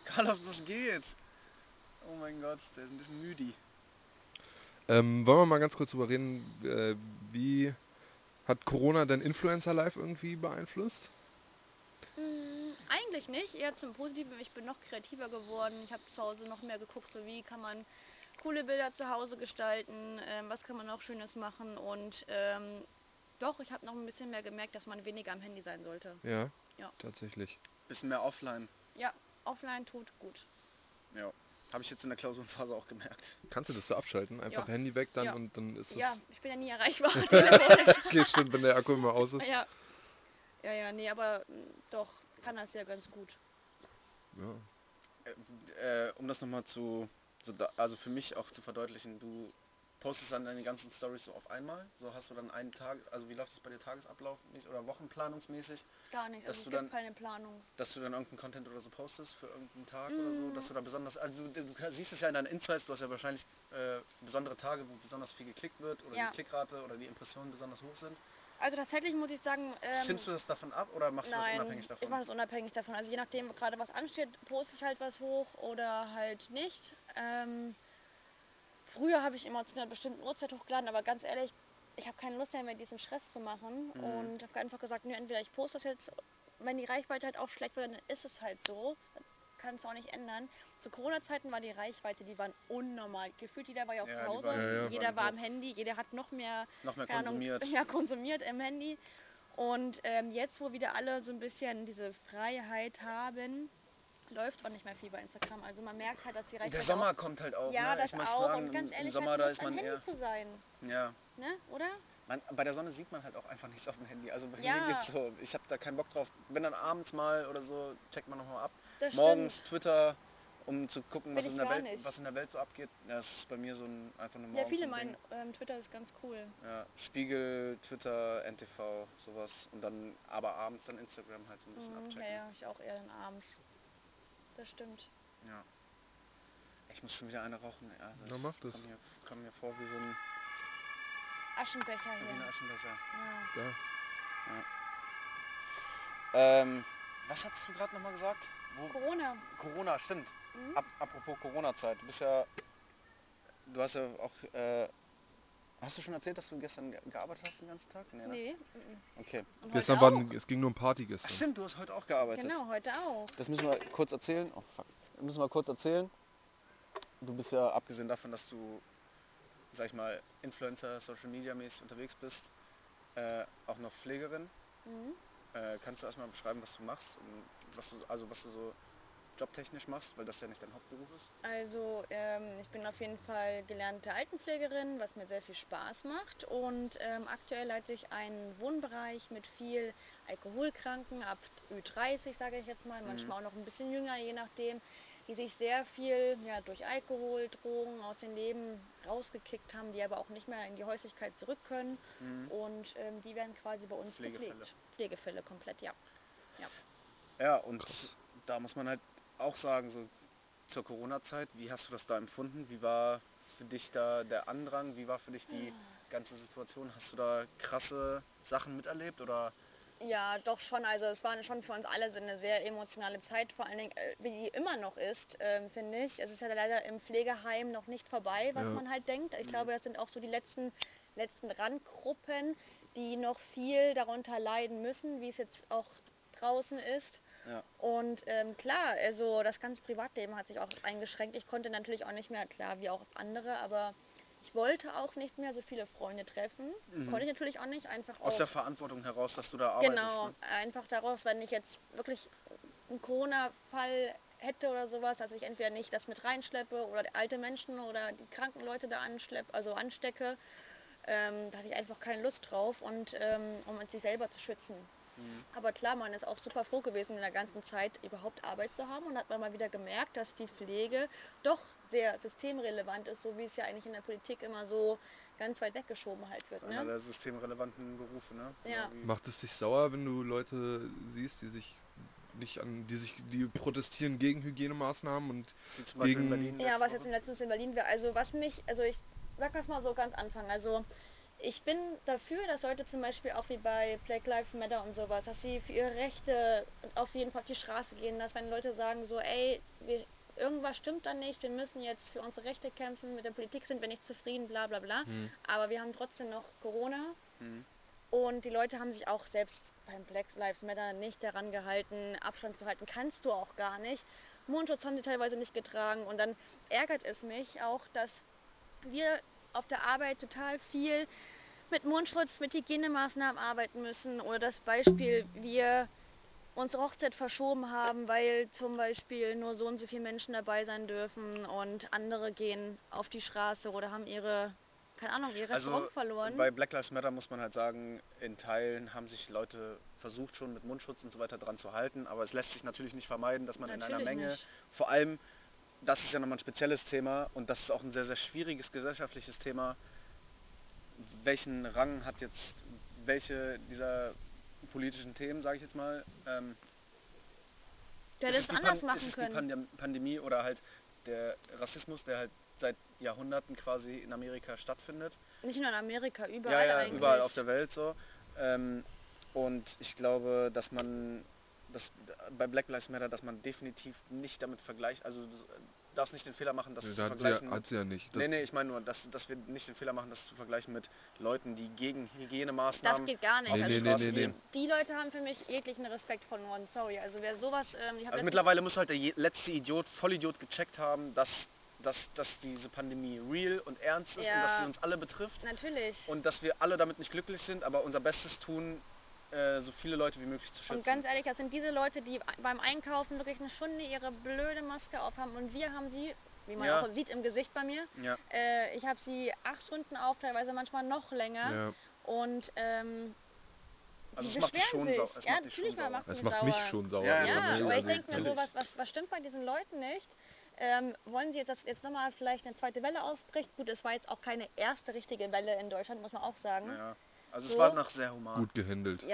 Carlos, was geht? Oh mein Gott, der ist ein bisschen müde.
Ähm, wollen wir mal ganz kurz drüber reden, äh, wie hat Corona dein Influencer-Life irgendwie beeinflusst?
Eigentlich nicht, eher zum Positiven. Ich bin noch kreativer geworden. Ich habe zu Hause noch mehr geguckt, so wie kann man coole Bilder zu Hause gestalten, ähm, was kann man noch Schönes machen. Und ähm, doch, ich habe noch ein bisschen mehr gemerkt, dass man weniger am Handy sein sollte.
Ja,
Ja.
tatsächlich.
Bisschen mehr offline.
Ja, offline tut gut.
Ja. Habe ich jetzt in der Klausurenphase auch gemerkt.
Kannst du das so abschalten? Einfach
Ja.
Handy weg dann
Ja.
und dann ist es...
Ja, ich bin ja nie erreichbar. telefonisch.
Okay, stimmt, wenn der Akku immer aus ist.
ja. ja, ja, nee, aber mm, doch, kann das ja ganz gut.
Ja.
äh, um das nochmal zu, so da, also für mich auch zu verdeutlichen, du postest dann deine ganzen Stories so auf einmal, so hast du dann einen Tag, also wie läuft das bei dir tagesablaufmäßig oder wochenplanungsmäßig,
Gar nicht.
Dass
Also es
du
gibt
dann-
keine Planung.
dass du dann irgendeinen Content oder so postest für irgendeinen Tag oder so, dass du da besonders, also du, du siehst es ja in deinen Insights, du hast ja wahrscheinlich äh, besondere Tage, wo besonders viel geklickt wird oder
Ja.
die Klickrate oder die Impressionen besonders hoch sind.
Also tatsächlich muss ich sagen, ähm,
Stimmst du das davon ab oder machst du das
Nein,
unabhängig davon?
ich mache das unabhängig davon. Also je nachdem, gerade was ansteht, poste ich halt was hoch oder halt nicht. Ähm, früher habe ich immer zu einer bestimmten Uhrzeit hochgeladen, aber ganz ehrlich, ich habe keine Lust mehr, mir diesen Stress zu machen
Mhm.
und habe einfach gesagt, nö, entweder ich poste das jetzt, wenn die Reichweite halt auch schlecht wird, dann ist es halt so. Kann es auch nicht ändern. Zu Corona-Zeiten war die Reichweite, die waren unnormal. Gefühlt jeder war ja auch
Ja,
zu
die
Hause,
waren-
Ja, ja,
jeder
waren
war am
hoch.
Handy, jeder hat noch mehr,
Noch mehr
keine Ahnung,
konsumiert.
ja, konsumiert im Handy. Und ähm, jetzt, wo wieder alle so ein bisschen diese Freiheit haben, läuft auch nicht mehr viel bei Instagram. Also man merkt halt, dass die Reichweite
Der Sommer
auch,
kommt halt auch.
Ja,
ne?
das
ich muss
auch.
sagen,
und ganz
im
ehrlich,
Sommer
man
da
muss
ist
am
man
Handy
eher.
zu sein.
Ja.
Ne? Oder?
Man, bei der Sonne sieht man halt auch einfach nichts auf dem Handy. Also bei
Ja.
mir geht's so. Ich habe da keinen Bock drauf. Wenn dann abends mal oder so, checkt man nochmal ab.
Das
Morgens Twitter, um zu gucken,
Bin
was
ich
in, der
gar
Welt,
nicht.
was in der Welt so abgeht. Das ist bei mir so ein einfach nur
Ja,
morgens
viele
so ein Ding.
meinen, ähm, Twitter ist ganz cool.
Ja, Spiegel, Twitter, NTV, sowas. Und dann aber abends dann Instagram halt so ein bisschen
Mhm,
abchecken.
ja, ja, ich auch eher dann abends. Das stimmt.
Ja. Ich muss schon wieder eine rauchen. ey. Also
Na,
es
mach das.
Kommt mir, kommt mir vor wie so ein
Aschenbecher
wie
hier.
ein Aschenbecher.
Ja.
Da.
Ähm, was hattest du gerade nochmal gesagt? Wo,
Corona.
Corona, stimmt.
Mhm.
Ap apropos Corona-Zeit. Du bist ja... Du hast ja auch... Äh, hast du schon erzählt, dass du gestern ge gearbeitet hast den ganzen Tag? ne?
Nee. mhm.
Okay.
Und
Gestern
heute
war
auch.
ein- es ging nur um Party
Ach,
gestern.
stimmt, du hast heute auch gearbeitet.
Genau, heute auch.
Das müssen wir kurz erzählen. Oh fuck. Das müssen wir kurz erzählen. Du bist ja abgesehen davon, dass du, sag ich mal, Influencer, Social Media mäßig unterwegs bist, äh, auch noch Pflegerin.
Mhm.
Äh, kannst du erstmal beschreiben, was du machst und was du, also was du so jobtechnisch machst, weil das ja nicht dein Hauptberuf ist.
Also ähm, ich bin auf jeden Fall gelernte Altenpflegerin, was mir sehr viel Spaß macht. Und ähm, aktuell leite ich einen Wohnbereich mit viel Alkoholkranken ab Ü30, sage ich jetzt mal, manchmal auch noch ein bisschen jünger, je nachdem, die sich sehr viel ja, durch Alkohol, Drogen aus dem Leben rausgekickt haben, die aber auch nicht mehr in die Häuslichkeit zurück können. Und ähm, die werden quasi bei uns
Pflegefälle.
gepflegt. Pflegefälle komplett, ja. ja.
Ja, und da muss man halt auch sagen, so zur Corona-Zeit, wie hast du das da empfunden? Wie war für dich da der Andrang? Wie war für dich die ganze Situation? Hast du da krasse Sachen miterlebt oder
Ja, doch schon. Also es war schon für uns alle so eine sehr emotionale Zeit, vor allen Dingen, äh, wie die immer noch ist, ähm, finde ich. Es ist ja leider im Pflegeheim noch nicht vorbei, was man halt denkt.
Mhm.
Ich glaube, das sind auch so die letzten, letzten Randgruppen, die noch viel darunter leiden müssen, wie es jetzt auch draußen ist.
Ja.
Und ähm, klar, also das ganze Privatleben hat sich auch eingeschränkt. Ich konnte natürlich auch nicht mehr, klar, wie auch andere, aber ich wollte auch nicht mehr so viele Freunde treffen. Konnte ich natürlich auch nicht, einfach
Mhm. aus
auch
der Verantwortung heraus, dass du da arbeitest?
Oh. Genau,
Ne?
einfach daraus, wenn ich jetzt wirklich einen Corona-Fall hätte oder sowas, dass ich entweder nicht das mit reinschleppe oder alte Menschen oder die kranken Leute da anschlepp, also anstecke, ähm, da hatte ich einfach keine Lust drauf und ähm, um sich selber zu schützen.
Mhm.
Aber klar, man ist auch super froh gewesen, in der ganzen Zeit überhaupt Arbeit zu haben und hat man mal wieder gemerkt, dass die Pflege doch sehr systemrelevant ist, so wie es ja eigentlich in der Politik immer so ganz weit weggeschoben halt wird.
Einer
Ne?
der systemrelevanten Berufe, ne?
Ja.
Genau wie-
Macht es dich sauer, wenn du Leute siehst, die sich nicht an, die sich, die protestieren gegen Hygienemaßnahmen und
Wie zum Beispiel in
Gegen-
Berlin.
Ja,
letzte
was jetzt
Woche.
letztens in Berlin wäre. Also was mich, also ich sag das mal so ganz anfangen. Also ich bin dafür, dass Leute zum Beispiel auch wie bei Black Lives Matter und sowas, dass sie für ihre Rechte auf jeden Fall auf die Straße gehen, dass wenn Leute sagen so, ey, wir, irgendwas stimmt da nicht, wir müssen jetzt für unsere Rechte kämpfen, mit der Politik sind wir nicht zufrieden, bla bla bla. Aber wir haben trotzdem noch Corona. Und die Leute haben sich auch selbst beim Black Lives Matter nicht daran gehalten, Abstand zu halten. Kannst du auch gar nicht. Mundschutz haben sie teilweise nicht getragen. Und dann ärgert es mich auch, dass wir auf der Arbeit total viel mit Mundschutz, mit Hygienemaßnahmen arbeiten müssen. Oder das Beispiel, wir unsere Hochzeit verschoben haben, weil zum Beispiel nur so und so viele Menschen dabei sein dürfen und andere gehen auf die Straße oder haben ihre, keine Ahnung, ihr Restaurant
Also
verloren.
bei Black Lives Matter muss man halt sagen, in Teilen haben sich Leute versucht schon mit Mundschutz und so weiter dran zu halten, aber es lässt sich natürlich nicht vermeiden, dass man in einer
Natürlich
Menge,
nicht.
vor allem, das ist ja nochmal ein spezielles Thema und das ist auch ein sehr, sehr schwieriges gesellschaftliches Thema, welchen Rang hat jetzt welche dieser politischen Themen, sage ich jetzt mal, ähm,
Du
ist es
hättest es
die
anders
Pan-
machen
ist es
können.
die Pandem Pandemie oder halt der Rassismus, der halt seit Jahrhunderten quasi in Amerika stattfindet.
Nicht nur in Amerika, überall
ja, ja,
eigentlich.
überall auf der Welt so. Ähm, und ich glaube, dass man dass bei Black Lives Matter, dass man definitiv nicht damit vergleicht, also du darfst nicht den Fehler machen, das zu
da hat sie,
vergleichen
ja,
mit-
hat sie ja nicht.
Nee,
Das-
nee, ich meine nur, dass, dass wir nicht den Fehler machen, das zu vergleichen mit Leuten, die gegen
Das
Hygienemaßnahmen...
geht gar nicht.
Nee,
also
nee, nee,
trotzdem,
nee, nee.
Die Leute haben für mich jeglichen Respekt verloren. Sorry. Also wer sowas. Ähm, ich hab
Also
letztens-
mittlerweile muss halt der je- letzte Idiot, Vollidiot gecheckt haben, dass, dass, dass diese Pandemie real und ernst ist
Ja.
und dass sie uns alle betrifft
Natürlich.
und dass wir alle damit nicht glücklich sind, aber unser Bestes tun, äh, so viele Leute wie möglich zu schützen.
Und ganz ehrlich, das sind diese Leute, die beim Einkaufen wirklich eine Stunde ihre blöde Maske aufhaben und wir haben sie, wie man
Ja.
auch sieht im Gesicht bei mir,
Ja.
äh, ich habe sie acht Stunden auf, teilweise manchmal noch länger
Ja.
und ähm, die
also es
beschweren
macht dich schon
sich.
sauer. Es
ja,
macht dich
natürlich
schon sauer.
macht
Das
es
macht mich schon sauer.
Ja,
das
es
macht mich
Ja,
Natürlich,
aber ich
also-
denke mir so,
natürlich.
was, was, was stimmt bei diesen Leuten nicht? Ähm, wollen sie jetzt, dass jetzt nochmal vielleicht eine zweite Welle ausbricht? Gut, es war jetzt auch keine erste richtige Welle in Deutschland, muss man auch sagen. Ja,
Ja. Mhm. Also es
So.
war noch sehr human.
Gut gehandelt.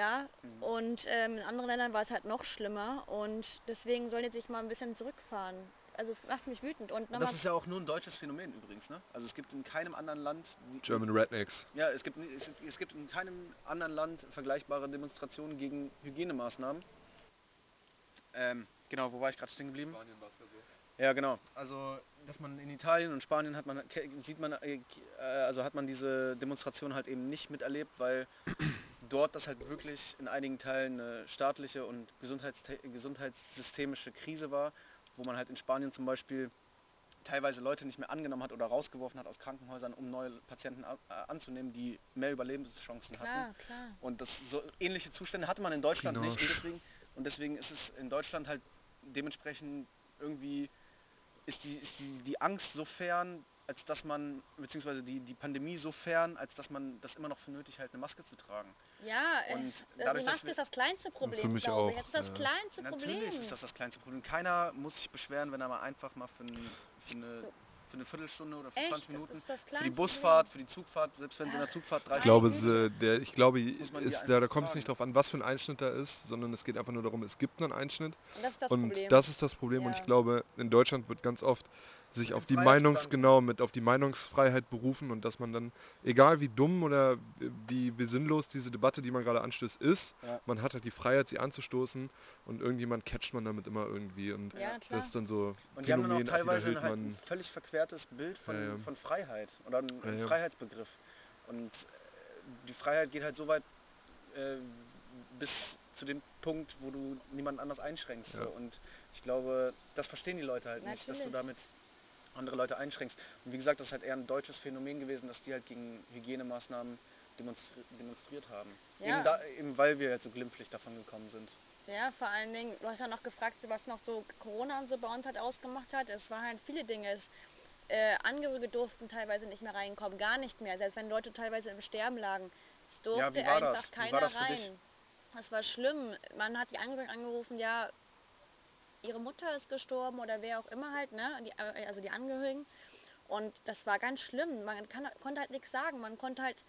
und ähm, in anderen Ländern war es halt noch schlimmer und deswegen sollen jetzt sich mal ein bisschen zurückfahren. Also es macht mich wütend. Und nochmal,
Das ist ja auch nur ein deutsches Phänomen übrigens, ne? Also es gibt in keinem anderen Land die-
German Rednecks.
Ja, es gibt, es, es gibt in keinem anderen Land vergleichbare Demonstrationen gegen Hygienemaßnahmen. Ähm, genau, wo war ich gerade stehen geblieben?
Spanien war es ja so.
Ja, genau. Also, dass man in Italien und Spanien hat man ke- sieht man äh, äh, also hat man diese Demonstration halt eben nicht miterlebt, weil dort das halt wirklich in einigen Teilen eine staatliche und gesundheitste gesundheitssystemische Krise war, wo man halt in Spanien zum Beispiel teilweise Leute nicht mehr angenommen hat oder rausgeworfen hat aus Krankenhäusern, um neue Patienten a- äh, anzunehmen, die mehr Überlebenschancen
klar,
hatten.
klar.
Und das so ähnliche Zustände hatte man in Deutschland nicht und deswegen und deswegen ist es in Deutschland halt dementsprechend irgendwie ist die ist die, die Angst so fern, als dass man beziehungsweise die die Pandemie so fern, als dass man das immer noch für nötig hält, eine Maske zu tragen.
Ja,
Und
es, also
dadurch,
die
dass
Maske
wir-
ist das kleinste Problem,
Für mich
glaube ich.
auch,
Das ist das
ja.
kleinste Problem.
Natürlich ist das das kleinste Problem. Keiner muss sich beschweren, wenn er mal einfach mal für, ein, für, eine, für eine Viertelstunde oder für
Echt,
20
das
Minuten,
ist das
für die
kleinste
Busfahrt, für die Zugfahrt, selbst wenn sie in der Zugfahrt drei
Ich glaube, es,
Stunden...
äh, der, ich glaube
Muss man die
ist,
einfach
da, da kommt es
fragen.
nicht darauf an, was für ein Einschnitt da ist, sondern es geht einfach nur darum, es gibt einen Einschnitt.
Und das ist das
und
Problem.
das ist das Problem. Und
Ja.
ich glaube, in Deutschland wird ganz oft sich auf die
dem
Meinungs
Freiheitsgedanken.
genau mit auf die Meinungsfreiheit berufen und dass man dann egal wie dumm oder wie, wie sinnlos diese Debatte, die man gerade anstößt, ist,
Ja.
man hat halt die Freiheit, sie anzustoßen und irgendjemand catcht man damit immer irgendwie und
Ja, klar.
das ist dann so
Und die haben dann
Phänomen,
auch
also Attila
teilweise ein, halt ein
Hildmann.
völlig verquertes Bild von,
Ja, ja.
von Freiheit oder einen einen
Ja, ja.
Freiheitsbegriff. Und äh, die Freiheit geht halt so weit äh, bis zu dem Punkt, wo du niemand anders einschränkst. So. Und ich glaube, das verstehen die Leute halt nicht, dass du
Natürlich.
damit andere Leute einschränkst. Und wie gesagt, das ist halt eher ein deutsches Phänomen gewesen, dass die halt gegen Hygienemaßnahmen demonstri demonstriert haben.
Ja.
Eben, da, eben weil wir halt so glimpflich davon gekommen sind.
Ja, vor allen Dingen, du hast ja noch gefragt, was noch so Corona und so bei uns halt ausgemacht hat. Es waren halt viele Dinge. Es, äh, Angehörige durften teilweise nicht mehr reinkommen, gar nicht mehr. Selbst wenn Leute teilweise im Sterben lagen. Es durfte
wie war
einfach
das? Wie war
keiner
das für
rein.
dich?
Das war schlimm. Man hat die Angehörigen angerufen, ja, ihre Mutter ist gestorben oder wer auch immer halt, ne? Die, äh, also die Angehörigen. Und das war ganz schlimm. Man kann, konnte halt nichts sagen. Man konnte halt,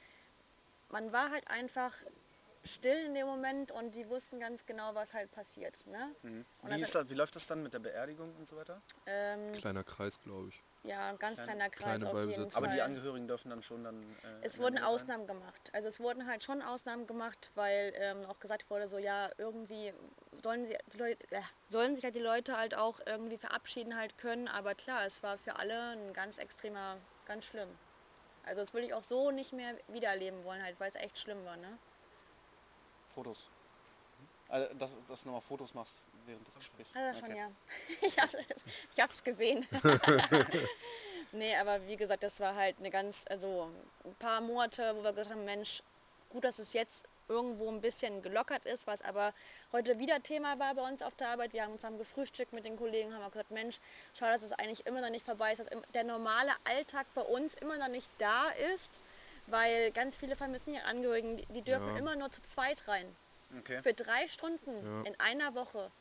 man war halt einfach still in dem Moment und die wussten ganz genau, was halt passiert. Ne? Und
Mhm. Wie,
das-
ist das, wie läuft das dann mit der Beerdigung und so weiter?
Ähm,
kleiner Kreis, glaube ich.
ja, ein ganz kleiner Kreis
kleine
auf jeden
Ballbesitzer.
Fall.
Aber die Angehörigen dürfen dann schon dann... äh,
es
in der
wurden
Nähe sein?
Ausnahmen gemacht. Also es wurden halt schon Ausnahmen gemacht, weil ähm, auch gesagt wurde, so ja, irgendwie sollen, sie, die Leute, äh, sollen sich halt die Leute halt auch irgendwie verabschieden halt können. Aber klar, es war für alle ein ganz extremer, ganz schlimm. Also das würde ich auch so nicht mehr wiedererleben wollen, halt, weil es echt schlimm war. Ne?
Fotos. Also, dass, dass du nochmal Fotos machst während des Gesprächs.
Hat er Ah, schon,
Okay.
ja. Ich habe es ich hab's gesehen. nee, aber wie gesagt, das war halt eine ganz, also ein paar Monate, wo wir gesagt haben, Mensch, gut, dass es jetzt irgendwo ein bisschen gelockert ist, was aber heute wieder Thema war bei uns auf der Arbeit. Wir haben zusammen gefrühstückt mit den Kollegen, haben auch gesagt, Mensch, schau, dass es eigentlich immer noch nicht vorbei ist, dass im- der normale Alltag bei uns immer noch nicht da ist, weil ganz viele vermissen ihre Angehörigen, die, die dürfen
Ja.
immer nur zu zweit rein.
Okay,
Für drei Stunden
Ja.
in einer Woche.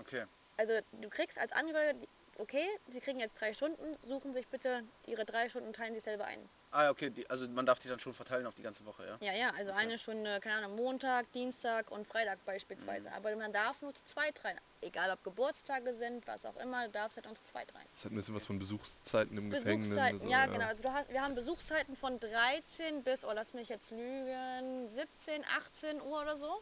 okay.
Also du kriegst als Angehörige, okay, sie kriegen jetzt drei Stunden, suchen sich bitte ihre drei Stunden, teilen sich selber ein.
Ah, ja, okay, die, also man darf die dann schon verteilen auf die ganze Woche, ja?
Ja, ja, also eine Stunde, keine Ahnung, Montag, Dienstag und Freitag beispielsweise. Aber man darf nur zu zweit rein. Egal ob Geburtstage sind, was auch immer, du darfst halt nur zu zweit rein.
Es hat ein bisschen was von Besuchszeiten im Gefängnis.
Besuchszeiten,
so,
ja, genau. Also du hast, wir haben Besuchszeiten von 13 bis, oh lass mich jetzt lügen, 17, 18 Uhr oder so.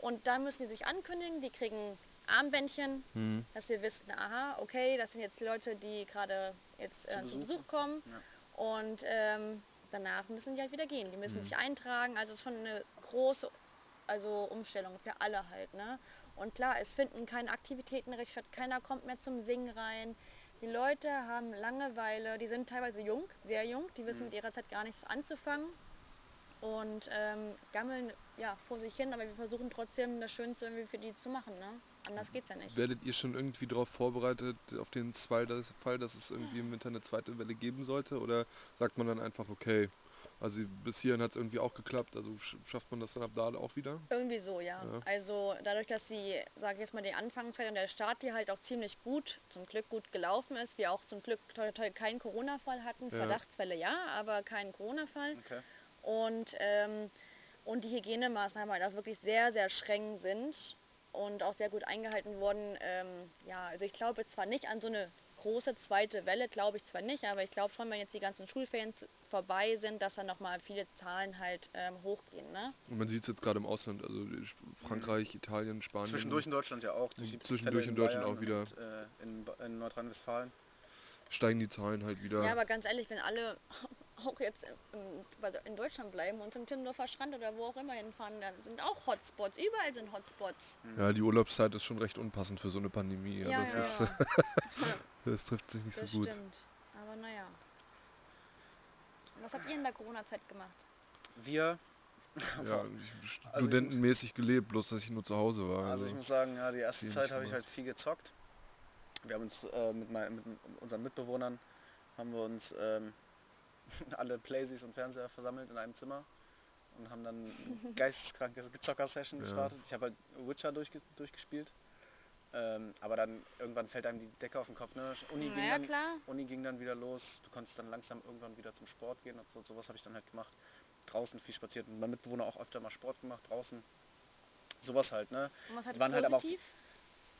Und da müssen die sich ankündigen, die kriegen Armbändchen,
Hm.
dass wir wissen, aha, okay, das sind jetzt die Leute, die gerade jetzt äh, zu
Besuch
Besuch
sind.
kommen. Und ähm, danach müssen die halt wieder gehen. Die müssen
Hm.
sich eintragen. Also es ist schon eine große also Umstellung für alle halt. Ne? Und klar, es finden keine Aktivitäten richtig statt. Keiner kommt mehr zum Singen rein. Die Leute
Hm.
haben Langeweile. Die sind teilweise jung, sehr jung. Die wissen mit ihrer Zeit gar nichts anzufangen. und ähm, gammeln ja, vor sich hin, aber wir versuchen trotzdem das Schönste irgendwie für die zu machen. Ne? Anders geht's ja nicht.
Werdet ihr schon irgendwie darauf vorbereitet, auf den zwei, das Fall, dass es irgendwie im Winter eine zweite Welle geben sollte? Oder sagt man dann einfach, okay, also bis hierhin hat es irgendwie auch geklappt, also sch- schafft man das dann ab da auch wieder?
Irgendwie so, ja.
Ja.
Also dadurch, dass die, sage ich jetzt mal, die Anfangszeit und der Start, die halt auch ziemlich gut, zum Glück gut gelaufen ist, wir auch zum Glück toi, toi, toi, keinen Corona-Fall hatten, Verdachtsfälle ja, aber keinen Corona-Fall.
Okay.
Und, ähm, und die Hygienemaßnahmen halt auch wirklich sehr, sehr streng sind und auch sehr gut eingehalten wurden. Ähm, ja, also ich glaube zwar nicht an so eine große zweite Welle, glaube ich zwar nicht, aber ich glaube schon, wenn jetzt die ganzen Schulferien z- vorbei sind, dass dann nochmal viele Zahlen halt ähm, hochgehen. Ne?
Und man sieht es jetzt gerade im Ausland, also Frankreich, Italien, Spanien.
Zwischendurch in Deutschland ja auch. Durch die
Zwischendurch
Fälle
in Deutschland
Bayern
auch wieder.
Und, äh, in, Ba- in Nordrhein-Westfalen.
Steigen die Zahlen halt wieder.
Ja, aber ganz ehrlich, wenn alle auch jetzt im- bei- in Deutschland bleiben und zum Timmendorfer Strand oder wo auch immer hinfahren, dann sind auch Hotspots. Überall sind Hotspots.
Ja, die Urlaubszeit ist schon recht unpassend für so eine Pandemie. Ja, das, Ist, das trifft sich nicht
das
so gut.
stimmt. Aber naja. Was habt ihr in der Corona-Zeit gemacht?
Wir,
Ja, ich, studentenmäßig gelebt, bloß dass ich nur zu Hause war.
also ich muss sagen, ja, die erste
Wenig
Zeit habe ich
gemacht.
halt viel gezockt. Wir haben uns äh, mit, mein, mit unseren Mitbewohnern, haben wir uns ähm, alle Playsies und Fernseher versammelt in einem Zimmer und haben dann eine geisteskranke Zocker-Session gestartet. Ich habe halt Witcher durchge durchgespielt. Ähm, aber dann irgendwann fällt einem die Decke auf den Kopf. Ne? Uni, ging
Naja,
dann,
klar.
Uni ging dann wieder los. Du konntest dann langsam irgendwann wieder zum Sport gehen. Und so, sowas habe ich dann halt gemacht. Draußen viel spaziert. Und mein Mitbewohner auch öfter mal Sport gemacht draußen. Sowas halt, ne?
Und was hat
Waren halt aber auch-
positiv?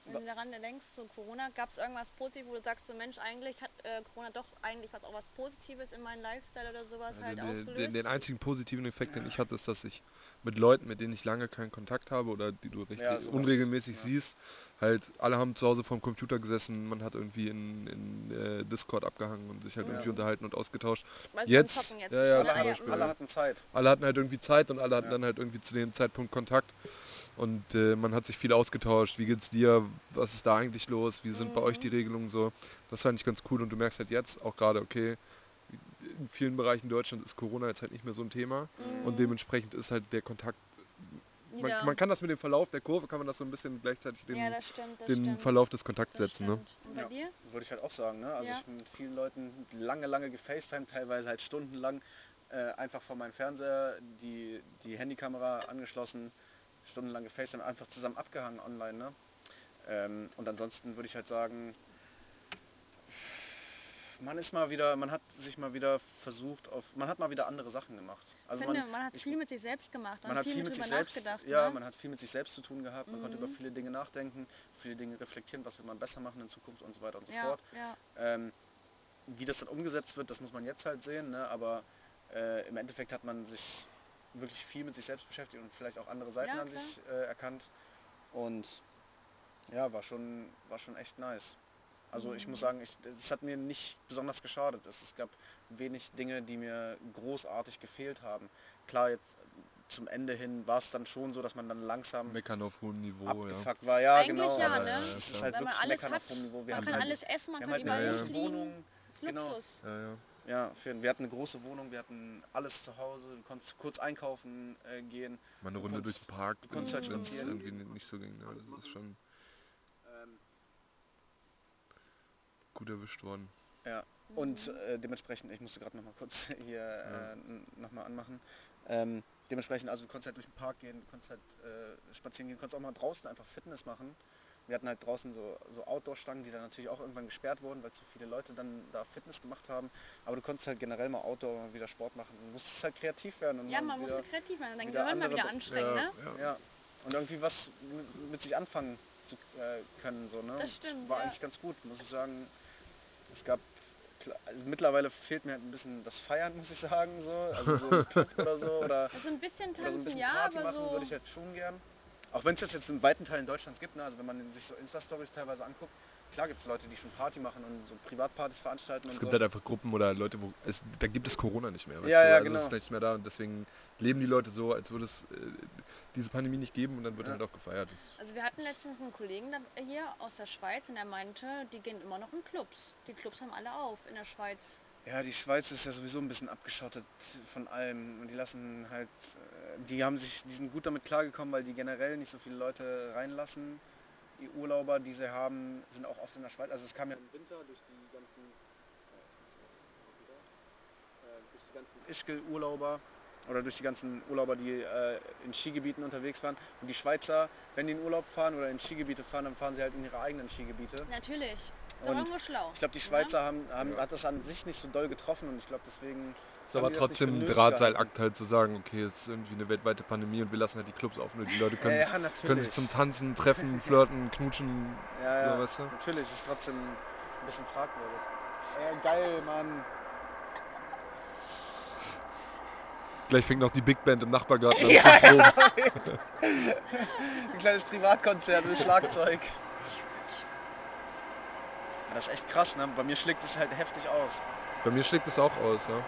wenn du daran denkst, so Corona, gab es irgendwas positiv, wo du sagst, so Mensch, eigentlich hat äh, Corona doch eigentlich was auch was Positives in meinem Lifestyle oder sowas halt
den, Also den-
ausgelöst?
den, den einzigen positiven Effekt, den ich hatte, ist, dass ich mit Leuten, mit denen ich lange keinen Kontakt habe oder die du richtig
Ja, sowas,
unregelmäßig
ja.
siehst, halt alle haben zu Hause vorm Computer gesessen, man hat irgendwie in, in äh, Discord abgehangen und sich halt irgendwie unterhalten und ausgetauscht.
Weißt du,
jetzt,
beim Zocken jetzt
ja, ja, zum
schon, ja,
Alle,
ja.
Beispiel,
hatten, alle hatten Zeit.
alle hatten halt irgendwie Zeit und alle hatten dann halt irgendwie zu dem Zeitpunkt Kontakt. Und äh, man hat sich viel ausgetauscht. Wie geht's dir? Was ist da eigentlich los? Wie sind bei
Mhm.
euch die Regelungen so? Das fand ich ganz cool. Und du merkst halt jetzt auch gerade, okay, in vielen Bereichen Deutschland ist Corona jetzt halt nicht mehr so ein Thema. Und dementsprechend ist halt der Kontakt. Man,
Mhm. Wieder-
man kann das mit dem Verlauf der Kurve, kann man das so ein bisschen gleichzeitig den,
ja, das stimmt. Das
den
stimmt.
Verlauf des Kontakts
Das
setzen. Ne?
stimmt. Und bei
Ja.
dir?
Würde ich halt auch sagen, ne? Also
Ja.
ich bin mit vielen Leuten lange, lange gefacetimed, teilweise halt stundenlang äh, einfach vor meinem Fernseher, die, die Handykamera angeschlossen, stundenlang gefacetimed, einfach zusammen abgehangen online, ne? Ähm, und ansonsten würde ich halt sagen, man ist mal wieder, man hat sich mal wieder versucht auf, man hat mal wieder andere Sachen gemacht.
Ich
Also
finde, man hat
ich-
viel mit sich selbst gemacht und
man hat viel mit
drüber
sich selbst,
nachgedacht.
ja,
ne? Mhm.
man hat viel mit sich selbst zu tun gehabt. Man konnte über viele Dinge nachdenken, viele Dinge reflektieren, was will man besser machen in Zukunft und so weiter und so
ja,
fort.
ja.
Ähm, wie das dann umgesetzt wird, das muss man jetzt halt sehen, ne? aber äh, im Endeffekt hat man sich wirklich viel mit sich selbst beschäftigt und vielleicht auch andere Seiten
Ja,
an
klar.
sich äh, erkannt. Und ja, war schon, war schon echt nice. Also ich muss
Mhm.
sagen, ich- es hat mir nicht besonders geschadet. Es, es gab wenig Dinge, die mir großartig gefehlt haben. Klar, jetzt zum Ende hin war es dann schon so, dass man dann langsam
Meckern auf hohem Niveau. Ja.
abgefuckt war. Ja,
Eigentlich
genau.
ja,
aber
ne?
es, es ist
Weil
halt
Weil man
wirklich
alles
meckern
hat.
auf hohem Niveau. Wir
man
hatten
kann
halt-
alles essen,
wir
man kann
haben halt
überall
eine
Ja,
große
hinfliegen.
Wohnung.
Das ist
genau.
Luxus.
Ja, ja.
Ja, für, wir hatten eine große Wohnung, wir hatten alles zu Hause, du konntest kurz einkaufen äh, gehen.
Mal eine
Du
Runde durch
konntest-
den Park,
du konntest halt
wenn es
spazieren. Ähm.
irgendwie nicht so ging. Ne? Das ist schon gut erwischt worden.
Ja. Und
Mhm.
äh, dementsprechend, ich musste gerade noch mal kurz hier äh, n- noch mal anmachen. Ähm, dementsprechend, also du konntest halt durch den Park gehen, du konntest halt äh, spazieren gehen, konntest auch mal draußen einfach Fitness machen. Wir hatten halt draußen so, so Outdoor-Stangen, die dann natürlich auch irgendwann gesperrt wurden, weil zu viele Leute dann da Fitness gemacht haben. Aber du konntest halt generell mal Outdoor mal wieder Sport machen. Du musstest halt kreativ werden. Und
Ja,
mal
man
wieder-
musste kreativ werden, dann
wieder
Gehirn mal
andere
wieder
Be-
anstrengen, ne?
ja.
Ja, und irgendwie was m- mit sich anfangen zu äh, können. So, ne?
Das
Und
stimmt,
War
ja.
eigentlich ganz gut, muss ich sagen. Es gab, kla- also mittlerweile fehlt mir halt ein bisschen das Feiern, muss ich sagen. So. Also so ein Club oder so. Oder,
Also ein bisschen
oder so
tanzen,
ein bisschen
ja,
Party
aber
machen würde ich
so.
halt schon gern. Auch wenn es das jetzt in weiten Teilen Deutschlands gibt. Ne? Also wenn man sich so Insta-Stories teilweise anguckt, klar gibt es Leute, die schon Party machen und so Privatpartys veranstalten.
Es
und
gibt
so.
halt einfach Gruppen oder Leute, wo es, da gibt es Corona nicht mehr. weißt
Ja,
du?
ja,
also es
genau.
ist nicht mehr da und deswegen leben die Leute so, als würde es äh, diese Pandemie nicht geben und dann wird halt auch gefeiert. Das,
Also wir hatten letztens einen Kollegen da- hier aus der Schweiz und er meinte, die gehen immer noch in Clubs. Die Clubs haben alle auf in der Schweiz.
Ja, die Schweiz ist ja sowieso ein bisschen abgeschottet von allem und die lassen halt, äh, die haben sich, die sind gut damit klargekommen, weil die generell nicht so viele Leute reinlassen. Die Urlauber, die sie haben, sind auch oft in der Schweiz. Also es kam ja
Im Winter durch die ganzen. Äh, jetzt muss ich mal wieder. Äh, durch die ganzen.
Ischgl-Urlauber oder durch die ganzen Urlauber, die äh, in Skigebieten unterwegs waren. Und die Schweizer, wenn die in Urlaub fahren oder in Skigebiete fahren, dann fahren sie halt in ihre eigenen Skigebiete.
Natürlich. Ist doch
Und
irgendwo schlau.
Ich glaube, die
oder?
Schweizer haben, haben, hat das an sich nicht so doll getroffen und ich glaube deswegen.
Ist aber trotzdem ein Drahtseilakt halt zu sagen, okay, es ist irgendwie eine weltweite Pandemie und wir lassen halt die Clubs offen und die Leute können,
Ja,
sich,
natürlich.
können sich zum Tanzen, Treffen, Flirten, Knutschen,
Ja, ja.
so, weißt du?
Natürlich, ist trotzdem ein bisschen fragwürdig. Ja, geil, Mann.
Gleich fängt noch die Big Band im Nachbargarten an zu proben.
Ein kleines Privatkonzert mit Schlagzeug. Ja, Das ist echt krass, ne? Bei mir schlägt es halt heftig aus.
Bei mir schlägt es auch aus, ja.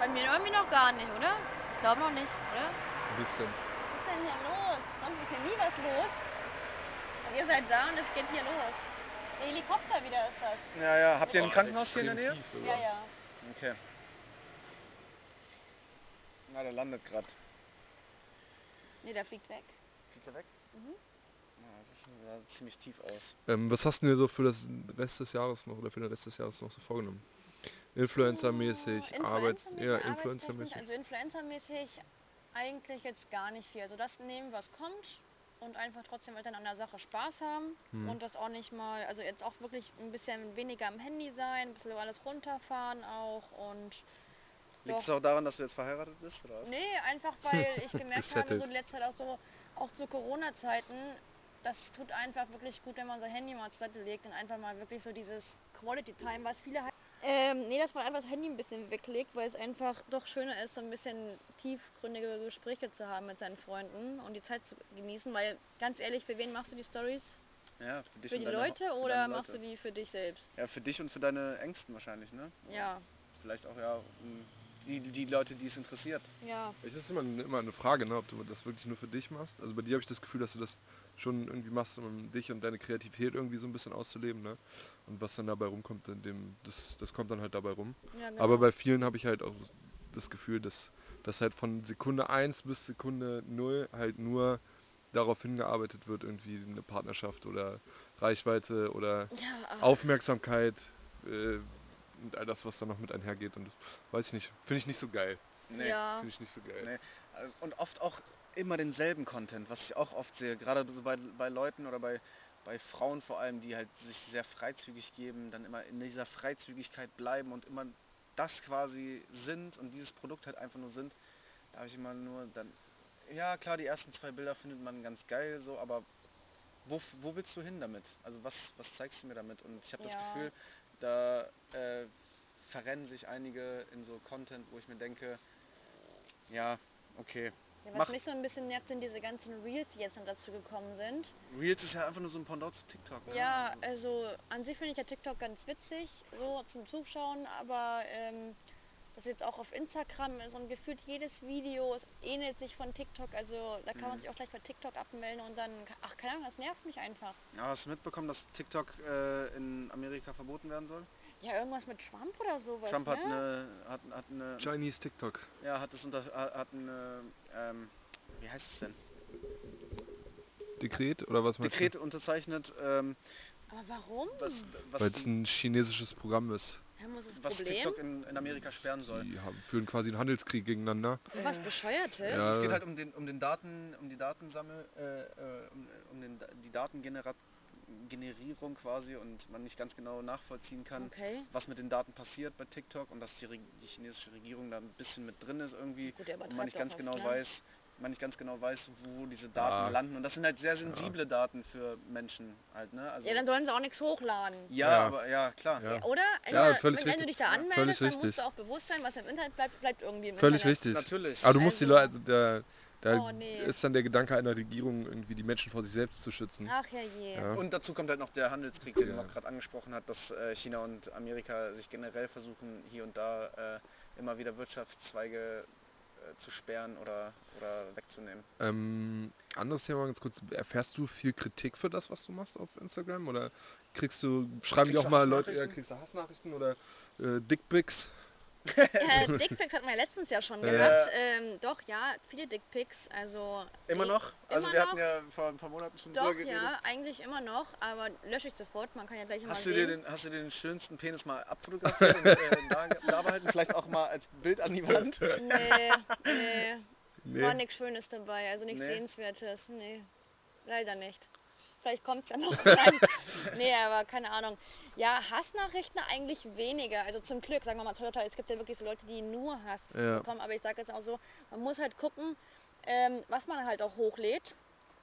Bei mir irgendwie noch gar nicht, oder? Ich glaube noch nicht, oder?
Ein bisschen.
Was ist denn hier los? Sonst ist hier nie was los. Und ihr seid da und es geht hier los. Der Helikopter wieder ist das.
Ja, ja. Habt ihr ein
Oh,
Krankenhaus hier in der
Extrem
Nähe?
tief sogar.
Ja, ja.
Okay. Na, der landet gerade.
Nee, der fliegt weg.
Fliegt er weg? Mhm. Ja, das sieht da ziemlich tief aus.
Ähm, was hast du dir so für das Rest des Jahres noch oder für den Rest des Jahres noch so vorgenommen? Influencer-mäßig,
Oh,
Arbeits... Ja,
Arbeitstechnisch,
Influencer-mäßig.
Also Influencer-mäßig eigentlich jetzt gar nicht viel. Also das nehmen, was kommt und einfach trotzdem weiterhin an der Sache Spaß haben
Hm.
und das auch nicht mal, also jetzt auch wirklich ein bisschen weniger am Handy sein, ein bisschen alles runterfahren auch und
Liegt
Doch.
es auch daran, dass du jetzt verheiratet bist, oder was?
Nee, einfach weil ich gemerkt habe,
Gesettelt.
so in letzter Zeit auch so, auch zu Corona-Zeiten, das tut einfach wirklich gut, wenn man sein Handy mal zur Seite legt und einfach mal wirklich so dieses Quality Time, was viele halt. Ähm, nee, dass man einfach das Handy ein bisschen weglegt, weil es einfach doch schöner ist, so ein bisschen tiefgründige Gespräche zu haben mit seinen Freunden und die Zeit zu genießen, weil ganz ehrlich, für wen machst du die Stories?
Ja, für dich
Für
und
die
deine Ho-
Leute
für
oder
deine
machst du
Leute.
die für dich selbst?
Ja, für dich und für deine Ängsten wahrscheinlich, ne?
Ja,
Vielleicht auch, ja, um die, die Leute, die es interessiert.
ja.
Es ist immer, immer eine Frage, ne, ob du das wirklich nur für dich machst. Also bei dir habe ich das Gefühl, dass du das schon irgendwie machst, um dich und deine Kreativität irgendwie so ein bisschen auszuleben. Ne? Und was dann dabei rumkommt, in dem, das, das kommt dann halt dabei rum.
ja genau.
Aber bei vielen habe ich halt auch das Gefühl, dass, dass halt von Sekunde 1 bis Sekunde 0 halt nur darauf hingearbeitet wird, irgendwie eine Partnerschaft oder Reichweite oder
ja,
Aufmerksamkeit äh, und all das, was da noch mit einhergeht. Und das weiß ich nicht, finde ich nicht so geil.
Nee.
ja.
Finde ich nicht so geil.
Nee. Äh, Und oft auch immer denselben Content, was ich auch oft sehe. Gerade so bei, bei Leuten oder bei, bei Frauen vor allem, die halt sich sehr freizügig geben, dann immer in dieser Freizügigkeit bleiben und immer das quasi sind und dieses Produkt halt einfach nur sind. Da habe ich immer nur dann... Ja, klar, die ersten zwei Bilder findet man ganz geil so, aber wo, f- wo willst du hin damit? Also was, was zeigst du mir damit? Und ich habe das
Ja.
Gefühl, da äh, verrennen sich einige in so Content, wo ich mir denke, ja, okay.
Ja, was
Mach,
mich so ein bisschen nervt, sind diese ganzen Reels, die jetzt noch dazu gekommen sind.
Reels ist ja einfach nur so ein Pendant zu TikTok. ne?
Ja, also an sich finde ich ja TikTok ganz witzig, so zum Zuschauen, aber ähm, das jetzt auch auf Instagram ist und gefühlt jedes Video es ähnelt sich von TikTok. Also da kann
Mhm.
man sich auch gleich bei TikTok abmelden und dann, ach keine Ahnung, das nervt mich einfach.
Aber hast du mitbekommen, dass TikTok äh, in Amerika verboten werden soll?
Ja, irgendwas mit Trump oder sowas.
Trump
ne?
hat eine, hat, hat eine,
Chinese TikTok.
ja, hat es unter, hat hat eine, ähm, wie heißt es denn?
Dekret oder was meinst
Dekret unterzeichnet, ähm,
Aber warum?
was,
du? Weil
was,
es ein chinesisches Programm ist.
Ja, muss das
was
Problem?
TikTok in, in Amerika sperren soll.
Die haben, führen quasi einen Handelskrieg gegeneinander.
So was Bescheuertes?
Ja.
Also es geht halt um den, um den Daten, um die Datensammel, äh, äh, um, um den, die Datengenerierung quasi und man nicht ganz genau nachvollziehen kann,
Okay.
was mit den Daten passiert bei TikTok und dass die, Re- die chinesische Regierung da ein bisschen mit drin ist irgendwie
Gut, der
und man
übertreibt
nicht
auch
ganz
oft,
genau
ne?
weiß, man nicht ganz genau weiß, wo diese Daten
Ah. Ja.
landen und das sind halt sehr sensible Daten für Menschen halt, ne? Also,
Ja, dann sollen sie auch nichts hochladen.
ja,
Ja.
aber ja, klar.
Ja.
Oder?
Ja,
Entweder-
völlig
wenn,
richtig.
du dich da
Ja, völlig
anmeldest, dann
richtig.
musst du auch bewusst sein, was im Internet bleibt, bleibt irgendwie im
Völlig
Internet.
richtig.
Natürlich.
Aber du musst die Leute, also
Also-
da, da
Oh, nee.
ist dann der Gedanke einer Regierung, irgendwie die Menschen vor sich selbst zu schützen.
Ach herrje.
Ja.
Und dazu kommt halt noch der Handelskrieg, den
Ja.
man gerade angesprochen hat, dass äh, China und Amerika sich generell versuchen, hier und da äh, immer wieder Wirtschaftszweige äh, zu sperren oder, oder wegzunehmen.
Ähm, anderes Thema ganz kurz. Erfährst du viel Kritik für das, was du machst auf Instagram? Oder kriegst du, schreiben
Kriegst
dir
du
auch mal Leute, ja,
Hassnachrichten?
kriegst du Hassnachrichten oder äh, Dickpics?
Äh,
Ja, Äh, Dickpics hatten wir letztens ja schon gehabt. Ähm, doch, ja, viele Dickpics. Also
Immer
ich-
noch? Also
immer
wir
noch.
hatten ja vor ein paar Monaten schon
Doch,
drüber geredet.
ja, eigentlich immer noch, aber lösche ich sofort. Man kann ja gleich immer
Hast du,
sehen.
dir den, hast du dir den schönsten Penis mal abfotografiert und äh, da, da behalten? Vielleicht auch mal als Bild an die Wand?
Nee, Oh, nee,
Nee.
War nichts Schönes dabei, also nichts
Nee.
Sehenswertes. Nee, leider nicht. Vielleicht kommt es ja noch. Nein. nee, aber keine Ahnung. Ja, Hassnachrichten eigentlich weniger. Also zum Glück, sagen wir mal, toi, toi, toi, es gibt ja wirklich so Leute, die nur Hass
Ja.
bekommen. Aber ich sage jetzt auch so, man muss halt gucken, ähm, was man halt auch hochlädt.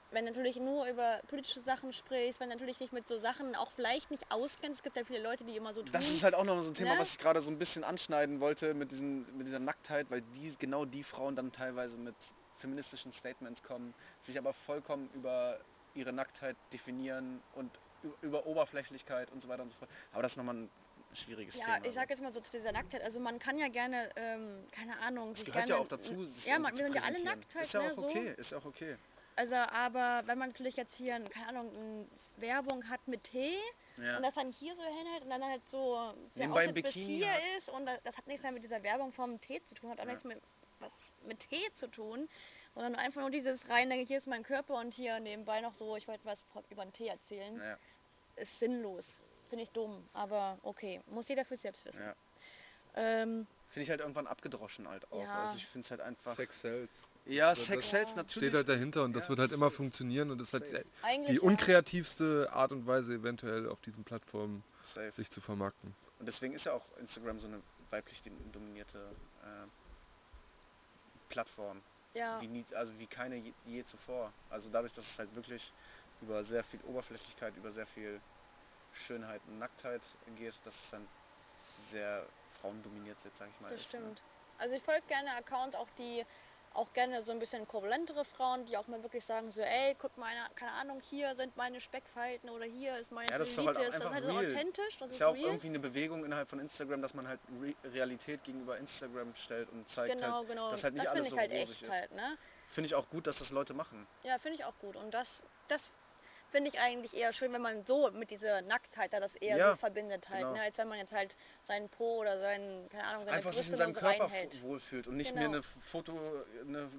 Wenn du natürlich nur über politische Sachen sprichst, wenn du natürlich dich mit so Sachen auch vielleicht nicht auskennst. Es gibt ja viele Leute, die immer so tun.
Das ist halt auch noch so ein Thema,
Ne?
was ich gerade so ein bisschen anschneiden wollte mit, diesen, mit dieser Nacktheit, weil die, genau die Frauen dann teilweise mit feministischen Statements kommen, sich aber vollkommen über ihre Nacktheit definieren und ü- über Oberflächlichkeit und so weiter und so fort. Aber das ist nochmal ein schwieriges
Ja,
Thema.
ich sag jetzt mal so zu dieser Nacktheit. Also man kann ja gerne, ähm, keine Ahnung,
das
sich
gehört ja
gerne,
auch dazu. sich
Ja, man,
zu
wir sind ja alle
präsentieren.
nackt halt,
Ist ja
ne,
auch
so.
okay, ist ja auch okay.
Also, aber wenn man natürlich jetzt hier, ein- keine Ahnung, eine Werbung hat mit Tee
Ja.
und das dann hier so hinhält und dann halt so der
Nebenbei ein
Outfit bis
Bikini
hier
hat.
ist und das, das hat nichts mehr mit dieser Werbung vom Tee zu tun, hat auch nichts mit was mit Tee zu tun, sondern einfach nur dieses reine, hier ist mein Körper und hier nebenbei noch so, ich wollte was von- über den Tee erzählen,
Ja.
ist sinnlos. Finde ich dumm, aber okay, muss jeder für sich selbst wissen.
Ja.
Ähm,
Finde ich halt irgendwann abgedroschen halt auch.
Ja.
Also ich finde es halt einfach...
Sells.
Ja, Sex
das
sells natürlich.
Steht halt dahinter und das
Ja,
wird halt immer
safe.
funktionieren und das ist halt
Safe.
Eigentlich
die
ja.
unkreativste Art und Weise eventuell auf diesen Plattformen
Safe.
sich zu vermarkten.
Und deswegen ist ja auch Instagram so eine weiblich dem- dominierte äh, Plattform.
ja.
Wie nie, also wie keine je, je zuvor. Also dadurch, dass es halt wirklich über sehr viel Oberflächlichkeit, über sehr viel Schönheit und Nacktheit geht, dass es dann sehr frauendominiert jetzt, sag ich mal.
Das
ist, ne?
stimmt. Also ich folge gerne Accounts, auch die auch gerne so ein bisschen korpulentere Frauen, die auch mal wirklich sagen so, ey, guck mal, einer- keine Ahnung, hier sind meine Speckfalten oder hier ist meine
Ja, das ist doch halt
Cellulitis.
einfach
so
real.
authentisch, das
Das
ist,
ist ja auch
real.
irgendwie eine Bewegung innerhalb von Instagram, dass man halt Re Realität gegenüber Instagram stellt und zeigt
genau,
halt,
genau.
dass halt nicht
das
alles
finde
so
ich halt
rosig
echt
ist.
halt, ne?
Finde ich auch gut, dass das Leute machen.
Ja, finde ich auch gut. Und das, das finde ich eigentlich eher schön, wenn man so mit dieser Nacktheit da das eher
Ja,
so verbindet halt,
genau.
ne? Als wenn man jetzt halt seinen Po oder seinen, keine Ahnung, seine
einfach
Brüste
sich in seinem
nur so
Körper
reinhält.
fo- wohlfühlt und nicht
Genau.
mir eine Foto, eine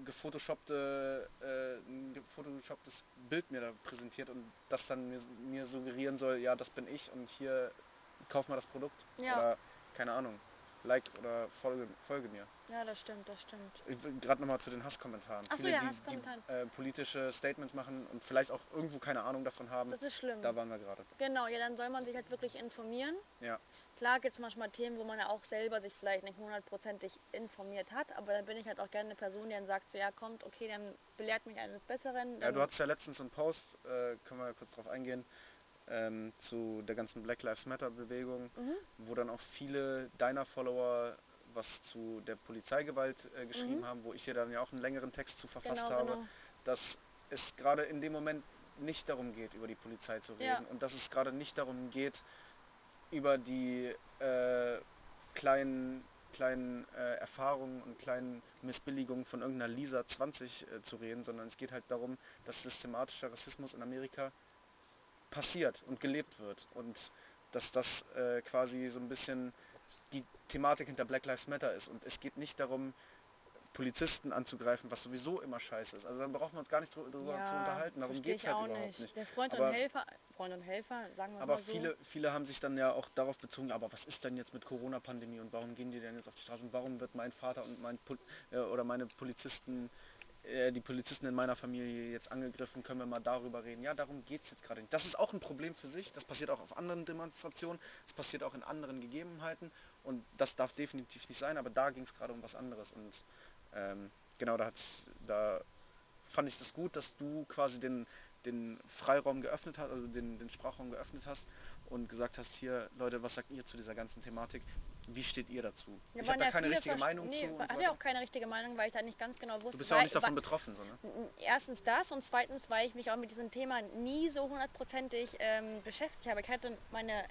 gefotoshoppte, äh, ein gefotoshopptes Bild mir da präsentiert und das dann mir, mir suggerieren soll, ja, das bin ich und hier kauf mal das Produkt
Ja.
oder keine Ahnung, like oder folge, folge mir.
Ja, das stimmt, das stimmt.
Gerade nochmal zu den Hasskommentaren.
Ach so, ja, Hasskommentaren.
die äh, politische Statements machen und vielleicht auch irgendwo keine Ahnung davon haben.
Das ist schlimm.
Da waren wir gerade.
Genau, ja, dann soll man sich halt wirklich informieren.
Ja.
Klar gibt es manchmal Themen, wo man ja auch selber sich vielleicht nicht hundertprozentig informiert hat, aber dann bin ich halt auch gerne eine Person, die dann sagt, so ja kommt, okay, dann belehrt mich eines Besseren.
Ja,
dann-
du hattest ja letztens so einen Post, äh, können wir kurz drauf eingehen, ähm, zu der ganzen Black Lives Matter Bewegung,
Mhm.
wo dann auch viele deiner Follower was zu der Polizeigewalt äh, geschrieben haben, wo ich dir dann ja auch einen längeren Text zu verfasst
Mhm. Genau,
habe,
genau.
dass es gerade in dem Moment nicht darum geht, über die Polizei zu reden
Ja.
und dass es gerade nicht darum geht, über die äh, kleinen, kleinen äh, Erfahrungen und kleinen Missbilligungen von irgendeiner Lisa 20 äh, zu reden, sondern es geht halt darum, dass systematischer Rassismus in Amerika passiert und gelebt wird und dass das äh, quasi so ein bisschen die Thematik hinter Black Lives Matter ist und es geht nicht darum, Polizisten anzugreifen, was sowieso immer scheiße ist. Also dann brauchen wir uns gar nicht drü- drüber zu unterhalten, darum
verstehe
geht es
ich
halt
auch
überhaupt nicht.
Der Freund
Aber-
und Helfer, Freund und Helfer, sagen wir
aber
mal so.
viele, viele haben sich dann ja auch darauf bezogen, ja, aber was ist denn jetzt mit Corona-Pandemie und warum gehen die denn jetzt auf die Straße und warum wird mein Vater und mein Pol äh, oder meine Polizisten, äh, die Polizisten in meiner Familie jetzt angegriffen, können wir mal darüber reden. Ja, darum geht es jetzt gerade nicht. Das ist auch ein Problem für sich, das passiert auch auf anderen Demonstrationen, es passiert auch in anderen Gegebenheiten und das darf definitiv nicht sein, aber da ging es gerade um was anderes und ähm, genau, da hat da fand ich das gut, dass du quasi den, den Freiraum geöffnet hast, also den, den Sprachraum geöffnet hast und gesagt hast, hier, Leute, was sagt ihr zu dieser ganzen Thematik? Wie steht ihr dazu?
Da
ich
waren
habe da
ja
keine
viele
richtige
Versch-
Meinung
nee,
zu. Und so
hatte ja
weiter.
auch keine richtige Meinung, weil ich da nicht ganz genau wusste.
Du bist ja auch
weil-
nicht davon
weil-
betroffen. So, ne?
erstens das und zweitens, weil ich mich auch mit diesem Thema nie so hundertprozentig ähm, beschäftigt habe. Ich hatte meine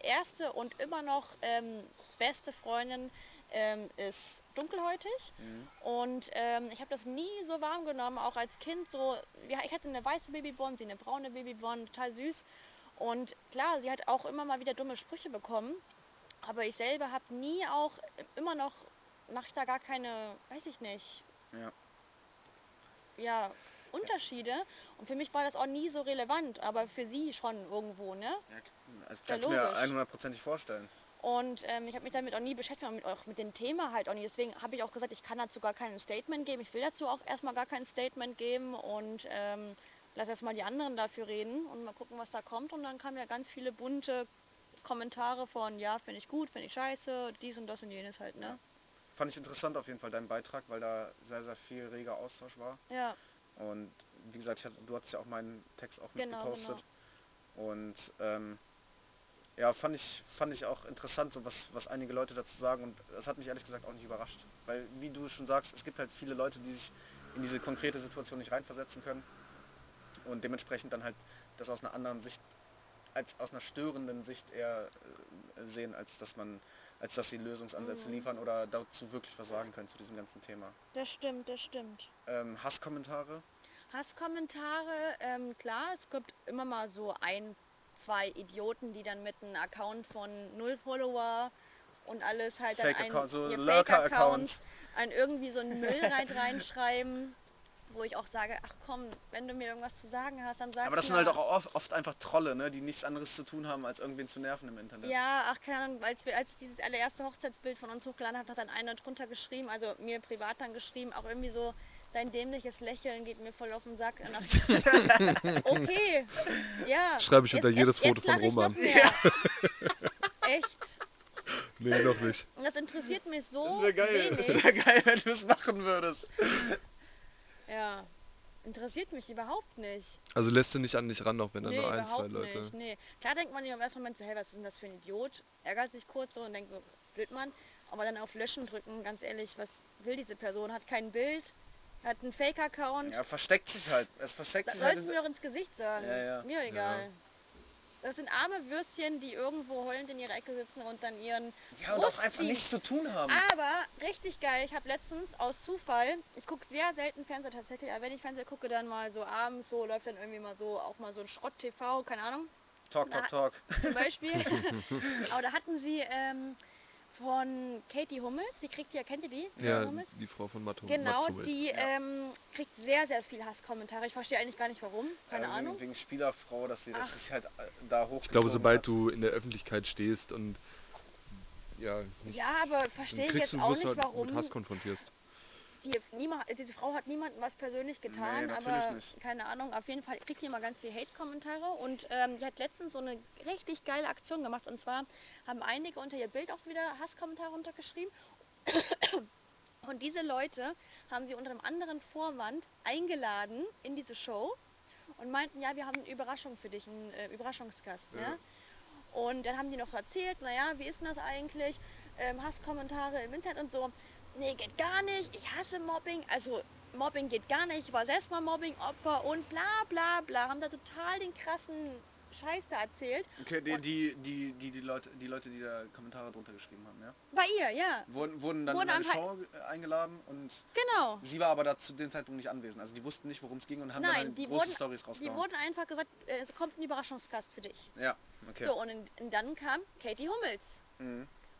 erste und immer noch ähm, beste Freundin ähm, ist dunkelhäutig und ähm, ich habe das nie so warm genommen, auch als Kind so, ja, ich hatte eine weiße Babyblonde, sie eine braune Babyblonde, total süß und klar, sie hat auch immer mal wieder dumme Sprüche bekommen, aber ich selber habe nie auch, immer noch mache ich da gar keine, weiß ich nicht,
Ja.
ja, Unterschiede und für mich war das auch nie so relevant, aber für sie schon irgendwo, ne?
Ja, klar. also
Ja,
kannst du mir
logisch.
100%ig vorstellen.
Und ähm, ich habe mich damit auch nie beschäftigt, mit, auch mit dem Thema halt auch nie. Deswegen habe ich auch gesagt, ich kann dazu gar kein Statement geben. Ich will dazu auch erstmal gar kein Statement geben und ähm, lass erstmal die anderen dafür reden und mal gucken, was da kommt. Und dann kamen ja ganz viele bunte Kommentare von, ja, finde ich gut, finde ich scheiße, dies und das und jenes halt, ne?
Fand ich interessant auf jeden Fall deinen Beitrag, weil da sehr, sehr viel reger Austausch war.
Ja,
Und wie gesagt, ich hatte, du hattest ja auch meinen Text auch
Genau,
mitgepostet. Und ähm, ja, fand ich, fand ich auch interessant, so was, was einige Leute dazu sagen. Und das hat mich ehrlich gesagt auch nicht überrascht. Weil, wie du schon sagst, es gibt halt viele Leute, die sich in diese konkrete Situation nicht reinversetzen können. Und dementsprechend dann halt das aus einer anderen Sicht, als aus einer störenden Sicht eher äh, sehen, als dass man, als dass sie
Mhm.
Lösungsansätze liefern oder dazu wirklich was sagen können zu diesem ganzen Thema.
das stimmt, das stimmt.
Ähm, Hasskommentare?
Hasskommentare, ähm, klar, es gibt immer mal so ein, zwei Idioten, die dann mit einem Account von null Follower und alles halt dann
Fake-Account-
ein-
so
ihr
Lurker-Accounts.
Fake-Account an irgendwie so einen Müll rein, reinschreiben, wo ich auch sage, ach komm, wenn du mir irgendwas zu sagen hast, dann sag
Aber das sind
mal.
halt auch oft, oft einfach Trolle, ne? die nichts anderes zu tun haben, als irgendwen zu nerven im Internet.
Ja, ach keine Ahnung, als, wir, als ich dieses allererste Hochzeitsbild von uns hochgeladen habe, hat dann einer drunter geschrieben, also mir privat dann geschrieben, auch irgendwie so, dein dämliches Lächeln geht mir voll auf den Sack. Und dann- okay, ja.
Schreibe ich
Jetzt-
unter jedes
jetzt,
Foto
jetzt
von
lach ich
Roman.
noch mehr. Echt.
Nee, noch nicht.
Und das interessiert mich so
Das wäre geil. Das
wenig.
wäre geil, wenn du es machen würdest.
Ja. Interessiert mich überhaupt nicht.
Also lässt du nicht an dich ran, auch wenn da
Nee,
Ne, nur ein, zwei
überhaupt
Leute.
nicht. Nee. Klar denkt man im ersten Moment so, hey, was ist denn das für ein Idiot? Ärgert sich kurz so und denkt, so, blöd Mann. Aber dann auf Löschen drücken, ganz ehrlich, was will diese Person? Hat kein Bild, hat einen Fake-Account.
Ja, versteckt sich halt. Es versteckt sich halt.
Sollst du
hinter-
mir doch ins Gesicht sagen.
Ja, ja.
Mir egal. Das sind arme Würstchen, die irgendwo heulend in ihrer Ecke sitzen und dann ihren
Ja, und auch einfach
Brustdienst Ah,
nichts zu tun haben.
aber richtig geil, ich habe letztens aus Zufall, ich gucke sehr selten Fernseher tatsächlich, aber wenn ich Fernseher gucke, dann mal so abends so, läuft dann irgendwie mal so, auch mal so ein Schrott-TV, keine Ahnung,
Talk,
na-
talk, talk.
zum Beispiel. aber da hatten sie ähm, von Katie Hummels, die kriegt ja, kennt ihr die? Katie
Ja,
Hummels?
die Frau von Matto.
Genau,
Matzo jetzt.
die ähm, kriegt sehr, sehr viel Hasskommentare. Ich verstehe eigentlich gar nicht warum, keine
Ja,
Ahnung.
Äh, Wegen,
Ah.
wegen Spielerfrau, dass sie das sich halt äh, da hochgezogen
Ich glaube, sobald
hat.
du in der Öffentlichkeit stehst und ja, nicht,
Ja, aber
dann
verstehe ich
kriegst
jetzt
du
auch
wirst du
nicht,
halt mit
warum
Hass konfrontierst.
die, niema- diese Frau hat niemandem was persönlich getan,
Nee, natürlich
aber
nicht.
keine Ahnung, auf jeden Fall kriegt die immer ganz viel Hate-Kommentare und ähm, die hat letztens so eine richtig geile Aktion gemacht und zwar haben einige unter ihr Bild auch wieder Hasskommentare untergeschrieben und diese Leute haben sie unter einem anderen Vorwand eingeladen in diese Show und meinten, ja, wir haben eine Überraschung für dich, einen äh, Überraschungsgast. Ne? Und dann haben die noch erzählt, naja, wie ist denn das eigentlich? Ähm, Hasskommentare im Internet und so. Nee, geht gar nicht. Ich hasse Mobbing. Also Mobbing geht gar nicht. Ich war selbst mal Mobbing-Opfer und bla bla bla. Haben da total den krassen Scheiß da erzählt.
Okay, die, die, die, die, die, Leute, die Leute, die da Kommentare drunter geschrieben haben, ja?
Bei ihr, ja.
Wurden, wurden dann
Wurden
in eine Show
anhei-
äh, eingeladen und
Genau.
sie war aber da zu dem Zeitpunkt nicht anwesend. Also die wussten nicht, worum es ging und haben dann
Nein,
halt
die
große
wurden,
Stories
die
rausgehauen.
wurden einfach gesagt, äh, es kommt ein Überraschungsgast für dich.
ja, Mhm. okay.
So, und, in, und dann kam Katie Hummels.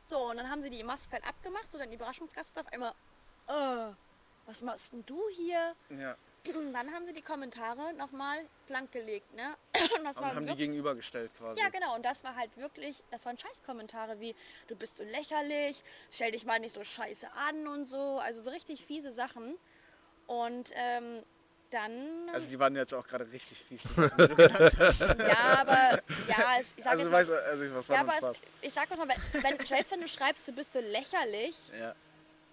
So, und dann haben sie die Maske halt abgemacht, so dann die Überraschungsgast auf einmal, äh, was machst denn du hier?
Ja.
Dann haben sie die Kommentare nochmal blank gelegt, ne? Und das
Und haben die
wirklich-
gegenübergestellt quasi.
ja, genau, und das war halt wirklich, das waren Scheißkommentare wie, du bist so lächerlich, stell dich mal nicht so scheiße an und so, also so richtig fiese Sachen. Und ähm, dann,
Also die waren jetzt auch gerade richtig fies. die Sachen, die du genannt hast.
ja, aber, ja, es, ich sag
also du
jetzt mal-
weißt, also was war
ja,
ja,
aber
Spaß.
es, ich sag mal, wenn, wenn, selbst wenn du schreibst, du bist so lächerlich,
Ja.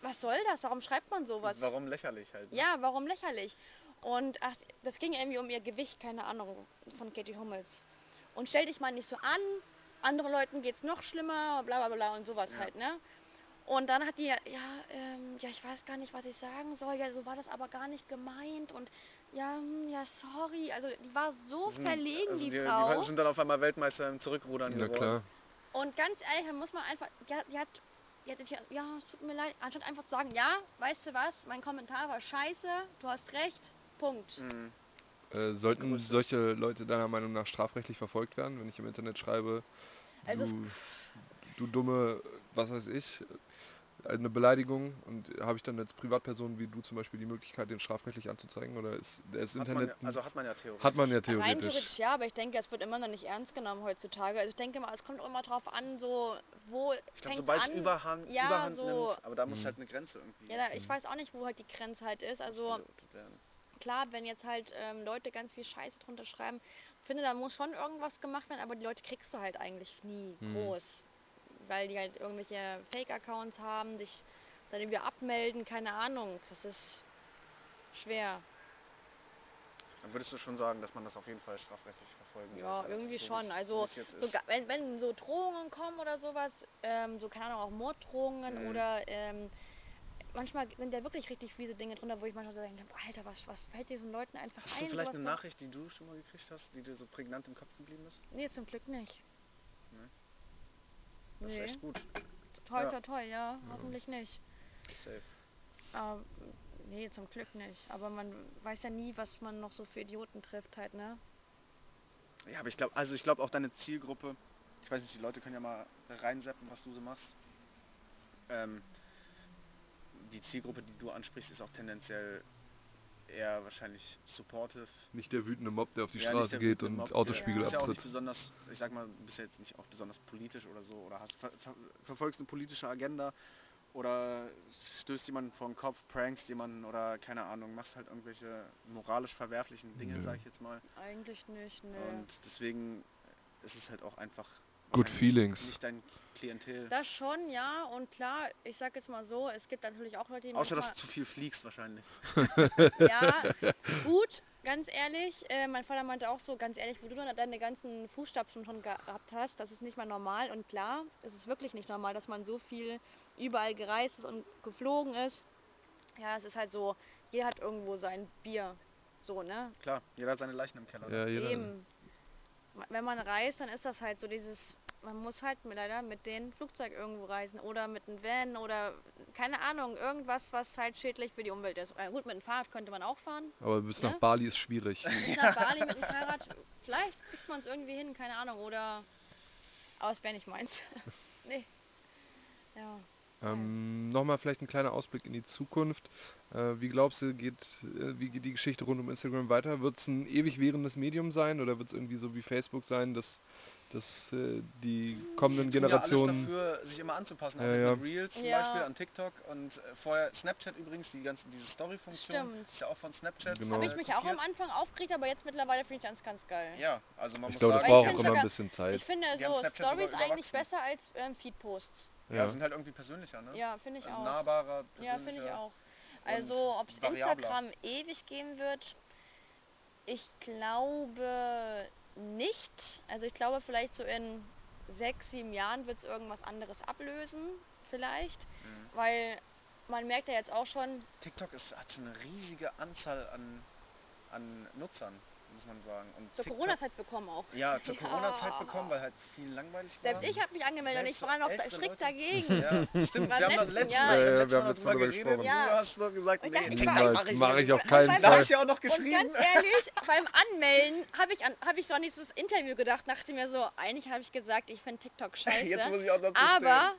was soll das? Warum schreibt man sowas?
Warum lächerlich halt? ne?
Ja, warum lächerlich? Und ach, das ging irgendwie um ihr Gewicht, keine Ahnung, von Katie Hummels. Und stell dich mal nicht so an, anderen Leuten geht's noch schlimmer, bla bla bla und sowas halt, ne? Und dann hat die ja, ja, ähm, ja, ich weiß gar nicht, was ich sagen soll. Ja, so war das aber gar nicht gemeint. Und ja, hm, ja, sorry. Also die war so verlegen,
also
die,
die,
Frau.
die sind dann auf einmal Weltmeister im Zurückrudern
Na
geworden.
klar.
Und ganz ehrlich, da muss man einfach, die hat, die hat ihr hättet ja, ja, es tut mir leid, anstatt einfach zu sagen, ja, weißt du was, mein Kommentar war scheiße, du hast recht, Punkt.
Äh, sollten solche Leute deiner Meinung nach strafrechtlich verfolgt werden, wenn ich im Internet schreibe,
Also es-
du, du dumme, was weiß ich, äh, eine Beleidigung und habe ich dann als Privatperson wie du zum Beispiel die Möglichkeit, den strafrechtlich anzuzeigen oder ist das
Hat man,
Internet,
ja- also hat man ja theoretisch.
hat man ja
Rein
theoretisch.
theoretisch ja, aber ich denke, es wird immer noch nicht ernst genommen heutzutage. Also ich denke mal, es kommt auch immer drauf an, so wo
ich glaube,
fängt's
sobald es
an?
überhand,
ja,
überhand
so,
nimmt, aber da
Mhm.
muss halt eine Grenze irgendwie
Ja, da, ich weiß auch nicht, wo halt die Grenze halt ist. Also
getötet werden.
klar, wenn jetzt halt ähm, Leute ganz viel Scheiße drunter schreiben, finde, da muss schon irgendwas gemacht werden, aber die Leute kriegst du halt eigentlich nie
Mhm.
groß. Weil die halt irgendwelche Fake-Accounts haben, sich dann irgendwie abmelden, keine Ahnung. Das ist schwer.
Dann würdest du schon sagen, dass man das auf jeden Fall strafrechtlich verfolgen
Ja,
sollte.
irgendwie
so
schon.
wie's-
Also
wie's jetzt
so,
ist.
ga- wenn, wenn so Drohungen kommen oder sowas, ähm, so keine Ahnung, auch Morddrohungen
Mhm.
oder ähm, manchmal sind ja wirklich richtig fiese Dinge drunter, wo ich manchmal so denke, Alter, was, was fällt diesen Leuten einfach
Hast
ein?
du vielleicht
sowas
eine
zu-
Nachricht, die du schon mal gekriegt hast, die dir so prägnant im Kopf geblieben ist?
Nee, zum Glück nicht.
Das ist
Nee.
echt gut.
Toi,
Ja. Mhm.
toi, toi, ja, hoffentlich nicht.
Safe.
Aber, nee, zum Glück nicht. Aber man weiß ja nie, was man noch so für Idioten trifft halt, ne?
Ja, aber ich glaube, also ich glaube auch deine Zielgruppe, ich weiß nicht, die Leute können ja mal reinseppen, was du so machst. Ähm, die Zielgruppe, die du ansprichst, ist auch tendenziell eher wahrscheinlich supportive.
Nicht der wütende Mob, der auf die
Ja, nicht
Straße
der
geht
wütende
und
Mob, der-
Autospiegel
Ist ja auch nicht
abtritt.
besonders, ich sag mal, bist ja jetzt nicht auch besonders politisch oder so oder hast ver, ver, verfolgst eine politische Agenda oder stößt jemanden vor den Kopf, prankst jemanden oder keine Ahnung, machst halt irgendwelche moralisch verwerflichen Dinge, sag ich jetzt mal.
Eigentlich nicht, ne.
Und deswegen ist es halt auch einfach
Good
wahrscheinlich
feelings.
nicht dein Klientel.
Das schon, ja. Und klar, ich sag jetzt mal so, es gibt natürlich auch Leute, die
Außer dass
manchmal-
du zu viel fliegst wahrscheinlich.
Ja, gut, ganz ehrlich, äh, mein Vater meinte auch so, ganz ehrlich, wo du dann deine ganzen Fußstapfen schon gehabt hast, das ist nicht mal normal. Und klar, es ist wirklich nicht normal, dass man so viel überall gereist ist und geflogen ist. Ja, es ist halt so, jeder hat irgendwo sein Bier. So, ne?
Klar, jeder hat seine Leichen im Keller. Ne?
Ja, jeder,
Eben. Wenn man reist, dann ist das halt so dieses, man muss halt mit- leider mit dem Flugzeug irgendwo reisen oder mit einem Van oder keine Ahnung, irgendwas, was halt schädlich für die Umwelt ist. Äh, gut, mit dem Fahrrad könnte man auch fahren.
aber bis nach
Ja?
Bali ist schwierig.
Bis nach Bali mit dem Fahrrad, vielleicht kriegt man es irgendwie hin, keine Ahnung. Oder, aber es wäre nicht meins. nee. Ja.
Ähm, Nochmal vielleicht ein kleiner Ausblick in die Zukunft. Äh, wie glaubst du, geht, äh, wie geht die Geschichte rund um Instagram weiter? Wird es ein ewig währendes Medium sein oder wird es irgendwie so wie Facebook sein, dass, dass äh, die kommenden
tun ja alles
Generationen...
dafür, sich immer anzupassen. Auch
Ja,
mit
ja.
den Reels zum
Ja.
Beispiel an TikTok und äh, vorher Snapchat übrigens, die ganzen, diese Story-Funktion
Stimmt.
ist ja auch von Snapchat.
Genau.
Habe
Hab
äh,
ich mich auch am
kopiert.
Anfang aufgeregt, aber jetzt mittlerweile finde ich das ganz geil.
Ja, also man
Ich
muss
glaube, das
sagen,
Aber
braucht
ich
auch
find's
immer ein
sogar-
bisschen Zeit.
Ich finde
Die haben
so
Snapchat
Stories
sogar
eigentlich
überwachsen.
besser als ähm, Feed-Posts.
ja,
ja.
sind halt irgendwie persönlicher, ne?
Ja, finde ich
also
auch.
nahbarer,
Ja, finde ich
persönlicher.
auch. Also, ob es
variabler.
Instagram ewig geben wird, ich glaube nicht. Also, ich glaube, vielleicht so in sechs, sieben Jahren wird es irgendwas anderes ablösen, vielleicht.
Mhm.
Weil man merkt ja jetzt auch schon,
TikTok ist, hat schon eine riesige Anzahl an, an Nutzern, muss man sagen. Und
zur
TikTok-
Corona-Zeit bekommen auch.
Ja, zur
Ja.
Corona-Zeit bekommen, weil halt viel langweilig war.
Selbst ich habe mich angemeldet und ich
Selbst
war noch da
ältere
strikt
Leute.
dagegen.
Ja, stimmt.
Beim
Wir haben das
letzten
letzte
Jahr.
Mal,
Ja, ja,
letztes
wir
Mal
haben
noch drüber
drüber
geredet.
gesprochen.
Ja.
Du hast noch gesagt,
Und ich
nee,
dachte, ich
nee,
war-
mach
Niemals,
ich
mache
nicht.
ich auf keinen
beim-
Da
Fall.
hast du ja auch noch
Und
geschrieben.
ganz ehrlich, beim Anmelden habe ich, an, hab ich so an dieses Interview gedacht, dachte mir so, eigentlich habe ich gesagt, ich finde TikTok scheiße.
Jetzt muss ich auch dazu
aber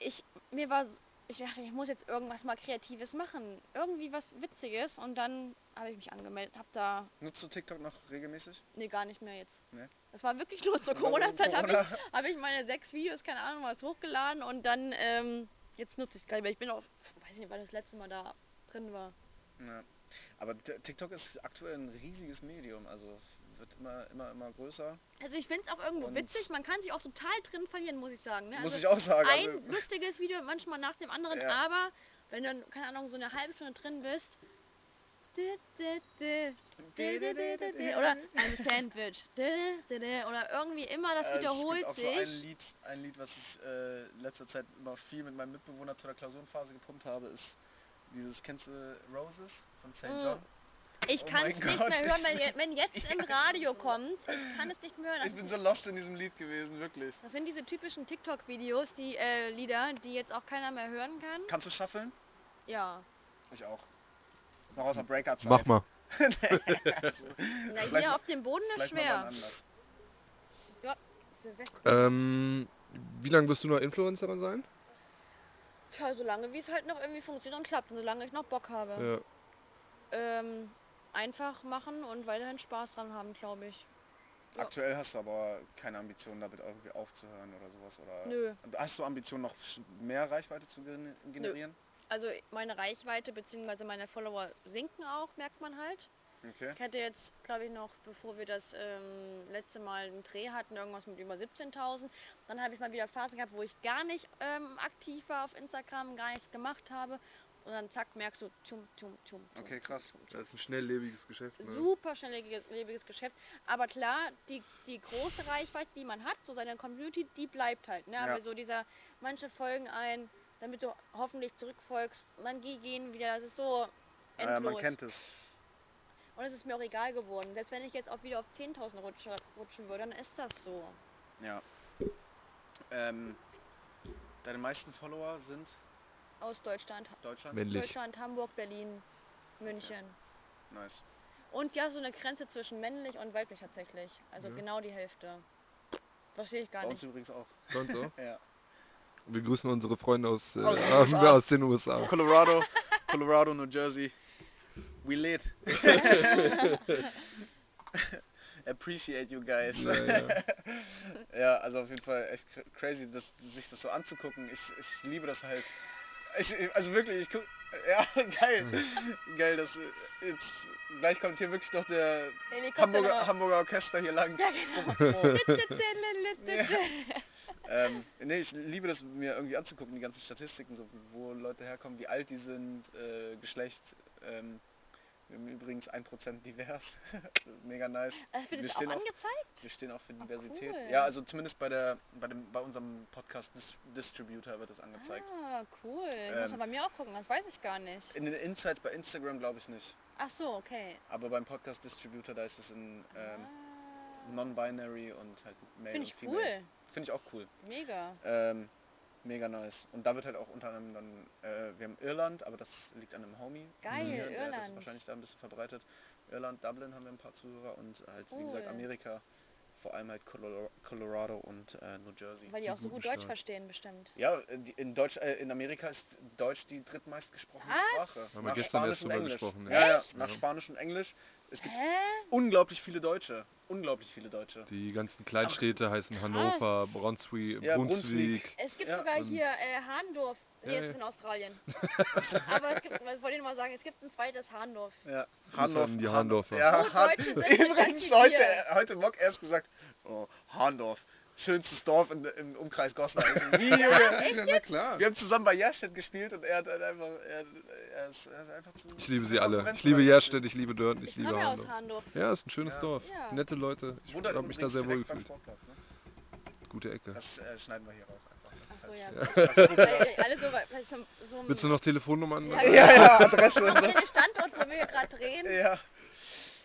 ich mir war, so- ich dachte, ich muss jetzt irgendwas mal Kreatives machen. Irgendwie was Witziges. Und dann habe ich mich angemeldet, habe da,
Nutzt du TikTok noch regelmäßig?
nee, gar nicht mehr jetzt.
Nee.
Das war wirklich nur zur
Das Ne? war so
Corona-Zeit, habe
Corona.
ich, hab ich meine sechs Videos, keine Ahnung was, hochgeladen und dann, ähm, jetzt nutze ich es gar nicht mehr. Ich bin auch, weiß nicht, wann das letzte Mal da drin war.
Ja. Aber t- TikTok ist aktuell ein riesiges Medium, also wird immer, immer, immer größer.
Also ich finde es auch irgendwo
Und-
witzig. Man kann sich auch total drin verlieren, muss ich sagen. Ne?
Muss
also
ich auch sagen,
Ein
also-
lustiges Video manchmal nach dem anderen,
Ja.
aber wenn du dann, keine Ahnung, so eine halbe Stunde drin bist. di, di, di, di, di, di, di, di, Oder ein Sandwich. di, di, di, Oder irgendwie immer das
Äh,
wiederholt
es gibt auch so ein
sich.
Lied, ein Lied, was ich äh, in letzter Zeit immer viel mit meinem Mitbewohner
Äh,
zu der Klausurenphase gepumpt habe, ist dieses, kennst du Roses von St. John?
Ich
Oh
kann
mein
es nicht
Gott,
mehr hören,
ich-
wenn, ihr- wenn jetzt im Radio kommt. Ich kann es nicht mehr hören.
Ich bin so lost in diesem Lied gewesen, wirklich.
Das sind diese typischen TikTok-Videos, die äh, Lieder, die jetzt auch keiner mehr hören kann.
Kannst du schaffeln?
Ja.
Ich auch. Noch aus der Breaker-Zeit.
Mach mal.
Na,
Vielleicht
hier
mal-
auf dem Boden ist
Vielleicht mal wann
schwer.
anders.
Ja, Silvester.
Ähm, wie lange wirst du noch Influencerin sein?
Ja, solange wie es halt noch irgendwie funktioniert und klappt und solange ich noch Bock habe.
Ja.
Ähm, einfach machen und weiterhin Spaß dran haben, glaube ich.
Aktuell hast du aber keine Ambitionen damit irgendwie aufzuhören oder sowas oder
Nö.
hast du Ambitionen noch sch- mehr Reichweite zu gen- generieren?
Also meine Reichweite bzw. meine Follower sinken auch, merkt man halt.
Okay.
Ich hatte jetzt, glaube ich, noch, bevor wir das ähm, letzte Mal einen Dreh hatten, irgendwas mit über 17.000. Dann habe ich mal wieder Phasen gehabt, wo ich gar nicht ähm, aktiv war auf Instagram, gar nichts gemacht habe. Und dann zack, merkst du, tum, tum, tum. tum
Okay, krass.
Das ist ein schnelllebiges Geschäft. ne?
Ne?
super schnelllebiges lebiges Geschäft. Aber klar, die, die große Reichweite, die man hat, so seine Community, die bleibt halt. Ne? Aber so dieser, manche folgen ein, damit du hoffentlich zurückfolgst, und dann die gehen wieder. Das ist so endlos.
Ja, Äh, man kennt es.
Und es ist mir auch egal geworden. Selbst wenn ich jetzt auch wieder auf 10.000 rutsche, rutschen würde, dann ist das so.
Ja. Ähm, deine meisten Follower sind
Aus Deutschland,
Deutschland?
Männlich.
Deutschland, Hamburg, Berlin, München.
Nice.
Und ja, so eine Grenze zwischen männlich und weiblich tatsächlich. Also genau die Hälfte. Verstehe ich gar
Mhm. Bei uns
nicht.
übrigens auch.
Sonst so?
Ja.
Wir grüßen unsere Freunde aus, äh,
Aus
aus,
den USA.
aus den USA.
Colorado, Colorado, New Jersey. We lit. Appreciate you guys.
Ja, ja.
Ja, also auf jeden Fall echt cra- crazy, das, sich das so anzugucken. Ich, ich liebe das halt. Ich, also wirklich, ich guck, ja, geil. Geil, das äh, jetzt gleich kommt hier wirklich noch der
Helikopter
Hamburger,
drauf.
Hamburger Orchester hier lang. Ja, genau.
Äh,
ähm, nee, ich liebe das mir irgendwie anzugucken, die ganzen Statistiken, so wo Leute herkommen, wie alt die sind, äh, Geschlecht. Ähm, wir haben übrigens 1% divers. Mega nice.
Also wird
wir
es auch
stehen auf
angezeigt?
wir stehen auch für Diversität.
cool.
Ja, also zumindest bei der bei dem bei unserem Podcast Dis Distributor wird das angezeigt.
Ah, cool. Ich muss
Ähm.
man bei mir auch gucken, das weiß ich gar nicht.
In den Insights bei Instagram glaube ich nicht,
Ach so, okay.
aber beim Podcast Distributor da ist es in ähm,
Ah,
non-binary und halt male
Find ich
und female.
cool.
Finde ich auch cool.
mega.
Ähm, mega nice. Und da wird halt auch unter anderem dann äh, wir haben Irland, aber das liegt an einem Homie.
Geil,
hier, der hat Das
Irland.
wahrscheinlich da ein bisschen verbreitet. Irland, Dublin haben wir ein paar Zuhörer und halt wie gesagt
Cool.
Amerika, vor allem halt Color- Colorado und äh, New Jersey.
Weil die auch so gut
guten
Deutsch
Start.
verstehen bestimmt.
Ja, die- in, Deutsch, äh, in Amerika ist Deutsch die drittmeistgesprochene
Was?
Sprache.
Haben wir gestern erst drüber gesprochen,
Ja,
ja.
ja, nach Spanisch und Englisch. Es gibt
Hä?
unglaublich viele Deutsche. Unglaublich viele Deutsche.
Die ganzen Kleinstädte heißen Hannover,
krass.
Brunswick,
Ja,
Brunswick.
Brunswick.
Es gibt
Ja,
sogar hier äh, Hahndorf. Nee,
Ja,
es
ja.
ist in Australien. Aber es gibt, ich wollte nur mal sagen, es gibt ein zweites Hahndorf.
Ja.
an die Hahndorfer.
Ja,
Gut,
Hahn
Deutsche sind
Übrigens,
mit
heute, äh,
aktiviert.
heute Mock erst gesagt, oh, Hahndorf, schönstes Dorf in, im Umkreis Goslar. Ich so, Wie, Junge?
na klar.
Wir haben zusammen bei Jerstedt gespielt und er hat halt einfach, er, er, ist, er ist einfach zu...
Ich liebe
zu
sie
der
alle.
Konkurrenz
Ich liebe
reingeschickt.
Jerstedt, ich liebe Dörten, ich,
Ich
liebe
komme ja aus
Handorf.
Handorf.
Ja, ist ein schönes Dorf.
Ja.
Nette Leute. Ich
Wundert
habe mich da
übrigens
sehr wohl
direkt beim
gefühlt.
Sportplatz, ne?
Gute Ecke.
Das äh, schneiden wir hier raus einfach. ne?
So,
Als-
ja.
als Gruppe.
Weil alle so, weil so, so
Willst du noch Telefonnummern?
Ja,
Ja, ja, Adresse.
Auch den Standort, wo wir hier gerade drehen.
Ja.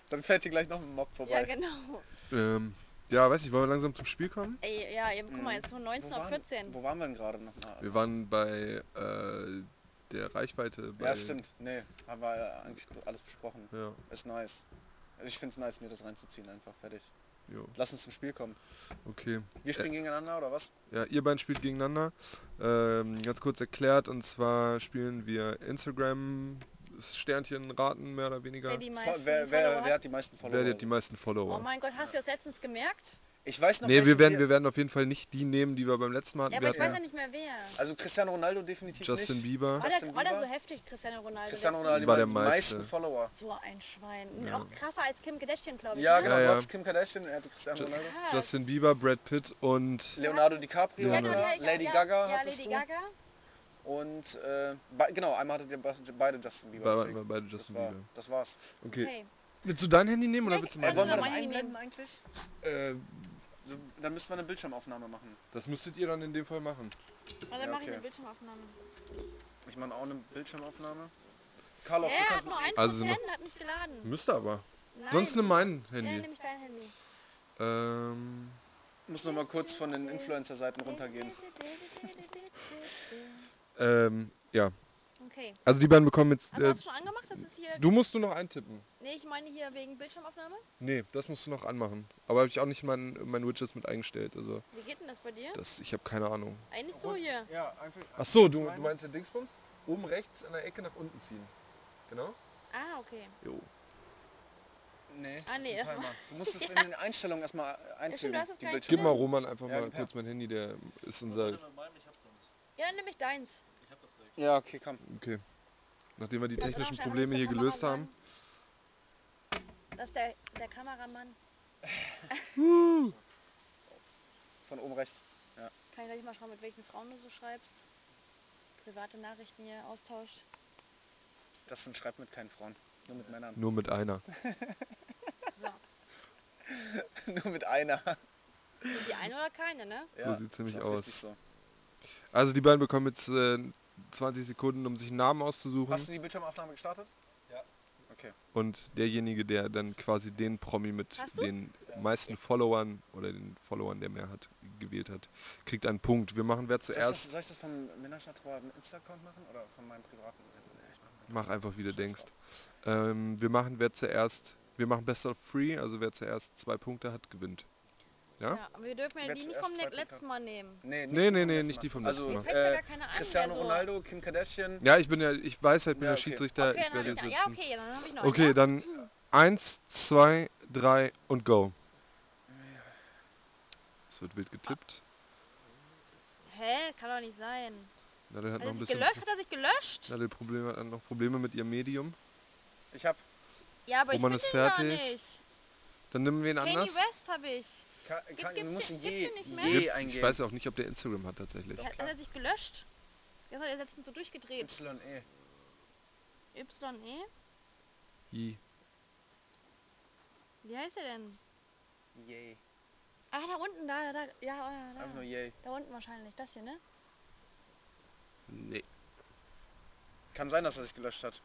Dann fährt hier gleich noch ein Mob
Ja,
vorbei.
genau.
Ähm, ja, weiß ich, wollen wir langsam zum Spiel kommen?
Ey, ja, eben, guck mal, jetzt von
Mhm. wo,
19 auf
waren,
14.
wo waren wir denn gerade nochmal?
Wir waren bei äh, der Reichweite. Bei,
Ja, stimmt. Nee, haben wir äh, eigentlich alles besprochen.
Ja,
Ist nice. Also ich find's nice, mir das reinzuziehen, einfach fertig.
jo, Äh.
Lass uns zum Spiel kommen.
okay.
Wir spielen gegeneinander oder was?
Ja, ihr beiden spielt gegeneinander. Ähm, ganz kurz erklärt, und zwar spielen wir Instagram Sternchen raten, mehr oder weniger.
Wer die
Wer,
Fo-
meisten
Wer,
Follower
wer,
hat.
wer hat die meisten Follower?
die hat die meisten
Oh
Follower?
mein Gott, hast du das letztens gemerkt?
ich weiß noch
nee,
welchen
wir werden, wir werden auf jeden Fall nicht die nehmen, die wir beim letzten Mal hatten.
Ja, aber
wir
ich weiß
hatten
ja nicht mehr wer.
Also Cristiano Ronaldo definitiv
Justin
nicht.
Bieber.
War
Justin
der, war der so
Bieber?
heftig, Cristiano Ronaldo?
Cristiano
letztens?
Ronaldo
War
hat
der
die
meiste.
meisten Follower.
So ein Schwein. Auch krasser als Kim Kardashian, glaube ich.
Ja,
ne?
genau.
Ja,
Du
ja.
hattest Kim Kardashian, er hatte Cristiano Ronaldo.
Krass.
Justin Bieber, Brad Pitt und
Leonardo DiCaprio,
Ja,
hatten
genau,
wir.
ja, ja,
Lady
ja,
Gaga
ja,
hattest
Lady
du.
Gaga.
Und äh, be- genau, einmal hattet ihr be- beide Justin Bieber.
Be-
deswegen.
beide
das
Justin
war,
Bieber.
Das war's.
okay.
Okay.
Willst du dein Handy nehmen oder
Ja,
willst du
ich-
mein
Äh, wollen wir
noch
das
mal hinnehmen?
einblenden
Äh,
eigentlich? So, dann müssen wir eine Bildschirmaufnahme machen.
das müsstet ihr dann in dem Fall machen.
Und dann
Ja,
mache ich
okay.
eine Bildschirmaufnahme.
Ich mache auch eine Bildschirmaufnahme. Carlos,
Er
du
hat
kannst.
nur 1%
Also-
hat nicht geladen.
Müsste aber.
Nein.
Sonst nimm mein
Ja,
Handy.
nehme ich dein Handy.
Ähm,
Muss noch mal kurz von den Influencer-Seiten runtergehen.
ähm, ja.
Okay.
Also die beiden bekommen jetzt.
Also
Äh,
hast du schon angemacht? Das ist hier.
du musst nur noch eintippen.
Nee, ich meine hier wegen Bildschirmaufnahme.
Nee, das musst du noch anmachen. Aber habe ich auch nicht in meinen mein Widgets mit eingestellt. Also
Wie geht denn das bei dir?
das, ich habe keine Ahnung.
Eigentlich so hier.
Ja, einfach.
Ach so, du, du meinst den Dingsbums? Oben rechts an der Ecke nach unten ziehen. Genau?
Ah, okay.
Jo.
Nee,
Ah,
das
nee,
ist ein
erst mal-
Timer. Du musst es in den Einstellungen erstmal einfügen.
hast es
die
gar nicht
Gib
Bildschirme.
mal Roman einfach
Ja,
mal
gib her.
kurz mein Handy, der ist unser.
genau.
Mit meinem, ich hab's sonst.
Ja, dann nehme ich deins.
Ja, okay, komm.
Okay. Nachdem wir die
Da drin
technischen
steht
Probleme hier
übrigens der
gelöst haben.
Kameramann. Das ist der, der Kameramann.
Von oben rechts.
Kann ich gleich mal schauen, mit welchen Frauen du so schreibst. Private Nachrichten hier austauscht.
Das sind schreibt mit keinen Frauen. Nur mit
ne?
Männern.
Nur mit einer.
So.
Nur mit einer.
Die eine oder keine, ne?
so sieht's nämlich
ist auch
aus.
richtig So.
Hm?
Also die beiden bekommen jetzt äh, 20 Sekunden, um sich einen Namen auszusuchen.
Hast du die Bildschirmaufnahme gestartet?
Ja.
Okay.
Und derjenige, der dann quasi den Promi mit
Hast du?
den meisten Followern oder den Followern, der mehr hat, gewählt hat, kriegt einen Punkt. Wir machen wer
Soll ich das,
zuerst.
soll ich das vom Männerschnatrohr Insta-Account machen oder von meinem privaten? Nee, ich mach meinen.
Mach einfach, wie du
Scheiß drauf.
denkst. Ähm, wir machen wer zuerst. Wir machen Best of Three, also wer zuerst zwei Punkte hat, gewinnt. Ja?
aber wir dürfen ja
Wer
die nicht
zuerst
vom
zwei
letzten Mal nehmen.
Nee,
Nee,
nee,
vom
nee,
letzten
nicht die
Mal.
vom
also,
letzten
Mir fällt ja
Äh,
gar keine ein, wer
Cristiano
so-
Ronaldo, Kim Kardashian.
Ja, ich bin ja, ich weiß halt, ich bin
Ja,
ja
okay.
Schiedsrichter,
Okay,
ich
dann hab
werde
ich
jetzt
noch, ja,
sitzen.
okay, dann habe ich noch.
Okay,
ja?
dann eins, zwei, drei und go. Es wird wild getippt.
Hä? Kann doch nicht sein.
Nadel hat
Hat
noch
er
ein
sich
bisschen.
gelöscht? Hat er sich gelöscht?
Nadel Probleme, hat noch Probleme mit ihrem Medium.
Ich habe
Ja, aber
Roman
ich
ist
finde ihn gar
fertig.
nicht.
Dann nehmen wir ihn
Kanye
anders.
West habe ich.
kann,
gibt's
du musst
den-
je,
gibt's den nicht
je
Gibt's,
eingeben.
ich weiß ja auch nicht, ob der Instagram hat tatsächlich.
Hat, hat er sich gelöscht? Der hat ja letztens so durchgedreht. E?
YE.
YE?
Yi.
Wie heißt er denn?
Yay.
Ah, da unten, da, da, da. ja, da,
Einfach nur
da.
yay.
Da unten wahrscheinlich. Das hier, ne?
Nee.
Kann sein, dass er sich gelöscht hat.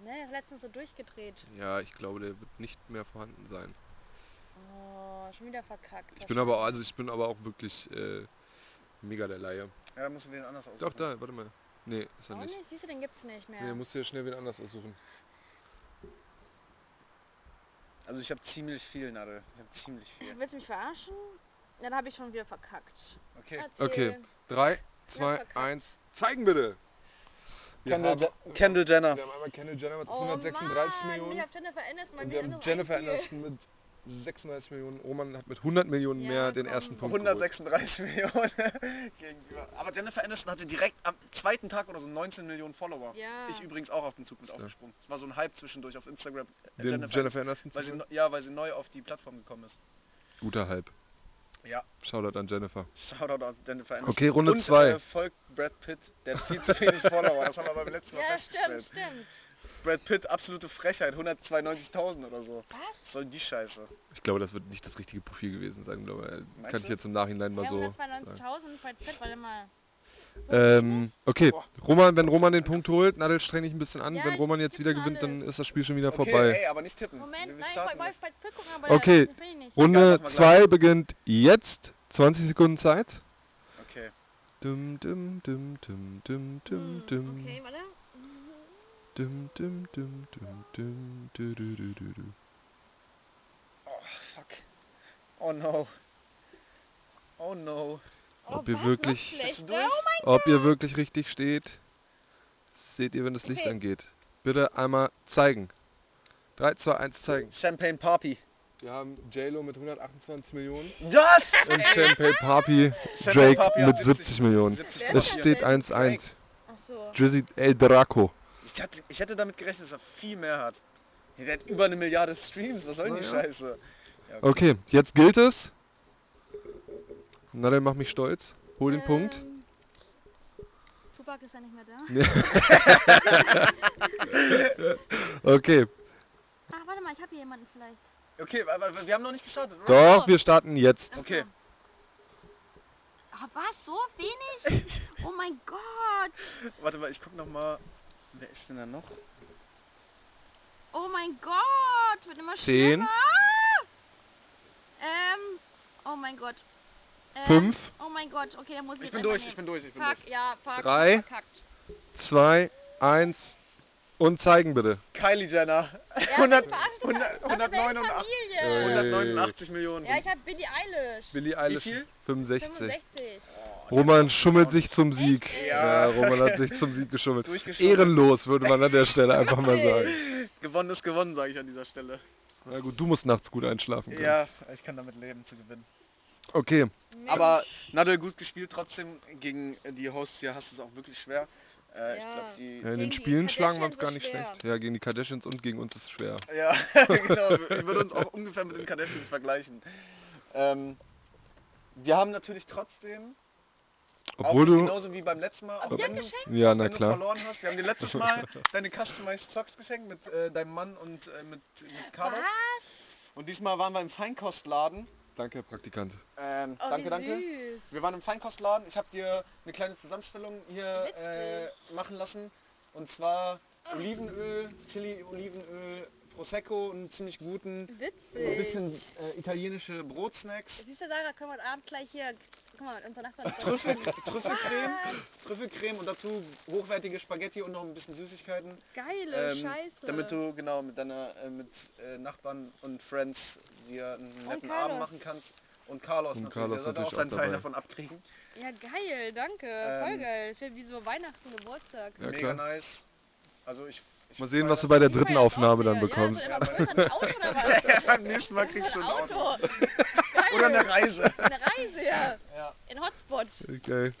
Ne, der hat letztens so durchgedreht.
Ja, ich glaube, der wird nicht mehr vorhanden sein.
Oh, schon wieder verkackt.
Ich bin aber, also ich bin aber auch wirklich äh, mega der Laie.
Ja, dann musst du den anders
Doch,
aussuchen.
da, warte mal. Nee, ist er
Oh,
nicht.
nee, siehst du, den gibt's nicht mehr.
Nee, musst du ja schnell wen anders aussuchen.
Also ich habe ziemlich viel, Nadel. Ich habe ziemlich viel.
Willst du mich verarschen? Ja, da habe ich schon wieder verkackt.
Okay.
Erzähl.
Okay, drei, zwei,
verkackt.
eins, zeigen bitte! Wir haben, wir
Kendall Jenner.
haben einmal Kendall Jennifer mit
Oh
136
Mann,
Millionen.
Ich habe Jennifer Aniston mal
Und
wieder
wir haben
noch
Jennifer
eingeführt.
Aniston mit 36 Millionen. Roman hat mit 100 Millionen
Ja,
mehr den
komm.
ersten Punkt. geholt.
136 Millionen gegenüber. Aber Jennifer Aniston hatte direkt am zweiten Tag oder so 19 Millionen Follower.
Ja.
Ich übrigens auch auf den Zug mit aufgesprungen. Es war so ein Hype zwischendurch auf Instagram. äh,
Den Jennifer Aniston
weil sie,
Zug?
neu- Ja, weil sie neu auf die Plattform gekommen ist.
Guter Hype.
Ja,
Shoutout an Jennifer.
Shoutout auf Jennifer Aniston.
Okay, Runde
Und,
zwei.
Äh, folgt Brad Pitt. Der hat viel zu wenig Follower. Das haben wir beim letzten Mal
Ja, stimmt,
festgestellt.
stimmt.
Brad Pitt, absolute Frechheit. 192.000 oder so. Was
Was?
soll die Scheiße?
Ich glaube, das wird nicht das richtige Profil gewesen sein, glaube ich.
Meinst
Kann ich
du?
jetzt im Nachhinein mal
Ja,
so sagen.
192.000 bei Pitt, warte mal. So
Ähm,
wenig?
okay, Roman, wenn Roman den Punkt holt, Nadel streng dich ein bisschen an.
Ja,
wenn
ich
Roman jetzt
tipp
wieder
schon
gewinnt, dann
alles.
ist das Spiel schon wieder
Okay,
vorbei.
ey, aber nicht tippen.
Moment,
wir
nein, ich
starten
wollte mal
das.
bei Pitt gucken, aber
Okay,
das will ich nicht.
Egal,
Runde
machen wir
2 beginnt jetzt. 20 Sekunden Zeit.
Okay.
Dum, dum, dum, dum, dum, dum, dum.
Hm, Okay, warte.
Dum, dum, dum, dum, dum, du, du, du, du, du.
Oh, fuck. Oh no. Oh no.
Oh,
Ob ihr
was, noch
wirklich-
schlechter?
Bist du durch?
Ob ihr wirklich richtig steht, seht ihr, wenn das Licht
Okay.
angeht. Bitte einmal zeigen. 3, 2, 1, zeigen.
Champagne Poppy.
Wir haben JLo mit 128 Millionen
Yes!
und Champagne Papi
Champagne
Drake
Papi hat
mit 70 Millionen.
70
Wer
Es
ist
Millionen.
steht 1-1.
Ach so.
Drizzy El Draco.
Ich hatte, ich hätte damit gerechnet, dass er viel mehr hat. Ja, Der hat über eine Milliarde Streams. Was soll denn die
Na ja.
Scheiße?
Okay, jetzt gilt es. Nadel, mach mich stolz. Hol den Punkt.
Ähm, Tupac ist ja nicht mehr da.
Okay,
Ach, Ah, warte mal, ich habe hier jemanden vielleicht.
Okay, aber wir haben noch nicht gestartet, oder?
doch, wir starten jetzt.
Okay.
Ah, was? So wenig? Oh mein Gott.
Warte mal, ich guck noch mal. Wer ist denn da noch?
Oh mein Gott, wird immer
Zehn.
schlimmer. Ah! Ähm, oh mein Gott. Ähm,
Fünf.
Oh mein Gott, okay, dann muss ich
Ich
jetzt
bin
einfach
durch,
nehmen.
ich bin durch, ich bin
Fuck,
durch.
ja, fuck.
Drei.
Verkackt.
2, 1 und zeigen bitte.
Kylie Jenner.
Ja,
100,
verarscht mich
100,
aus der
189,
Familie.
189 Millionen.
Ja, ich hab Billie Eilish.
Billy
Wie
Eilish
viel?
65.
65.
Roman schummelt sich zum Sieg. Ja,
Ja.
Roman hat sich zum Sieg geschummelt.
Durchgeschummelt.
Ehrenlos, würde man an der Stelle einfach mal sagen.
Gewonnen ist gewonnen, sage ich an dieser Stelle.
Na gut, du musst nachts gut einschlafen können.
Ja, ich kann damit leben zu gewinnen.
Okay,
Aber Nadel gut gespielt trotzdem. Gegen die Hosts hier hast du es auch wirklich schwer. Äh, Ich
Ja.
glaube, die...
ja, in
Gegen
den
die
Spielen schlagen wir uns gar
Kardashians
nicht
ist schwer.
schlecht. Ja, gegen die Kardashians und gegen uns ist es schwer.
Ja, genau. Ich würde uns auch ungefähr mit den Kardashians vergleichen. Ähm, wir haben natürlich trotzdem,
Obwohl
auch
du...
genauso wie beim letzten Mal, auch
dir
wenn, du,
geschenkt?
Ja, na
wenn du
klar.
verloren hast, wir haben dir letztes Mal deine Customized Socks geschenkt mit äh, deinem Mann und äh, mit, mit Carlos. Und diesmal waren wir im Feinkostladen.
Danke, Herr Praktikant.
Ähm,
Oh,
danke,
wie
danke.
süß.
Wir waren im Feinkostladen. Ich habe dir eine kleine Zusammenstellung hier äh, machen lassen. Und zwar Olivenöl, Chili, Olivenöl, Prosecco, einen ziemlich guten. Ein
Witzig.
bisschen äh, italienische Brotsnacks.
Siehst du, Sarah, können wir heute Abend gleich hier... Guck mal, unser Nachbarn.
Trüffel, Trüffelcreme, Trüffelcreme und dazu hochwertige Spaghetti und noch ein bisschen Süßigkeiten.
Geile
Ähm,
Scheiße.
damit du genau mit deiner äh, mit äh, Nachbarn und Friends dir einen netten Abend
Carlos.
machen kannst. Und Carlos
Und
natürlich,
Carlos
der sollte auch
natürlich auch
seinen Teil
dabei.
davon abkriegen.
ja, geil, danke.
Ähm.
Voll geil. Das ist wie so Weihnachten, Geburtstag.
Ja, klar.
Mega nice. Also ich, ich
Mal sehen, was du
freu
bei der
Ich war
dritten
jetzt auch
Aufnahme dann
wieder-
bekommst.
Ja, also, ein Auto oder was?
mich. Beim nächsten Mal kriegst du ein Auto.
Auto.
Oder eine Reise.
Eine Reise ja.
Ja.
In Hotspot.
Okay.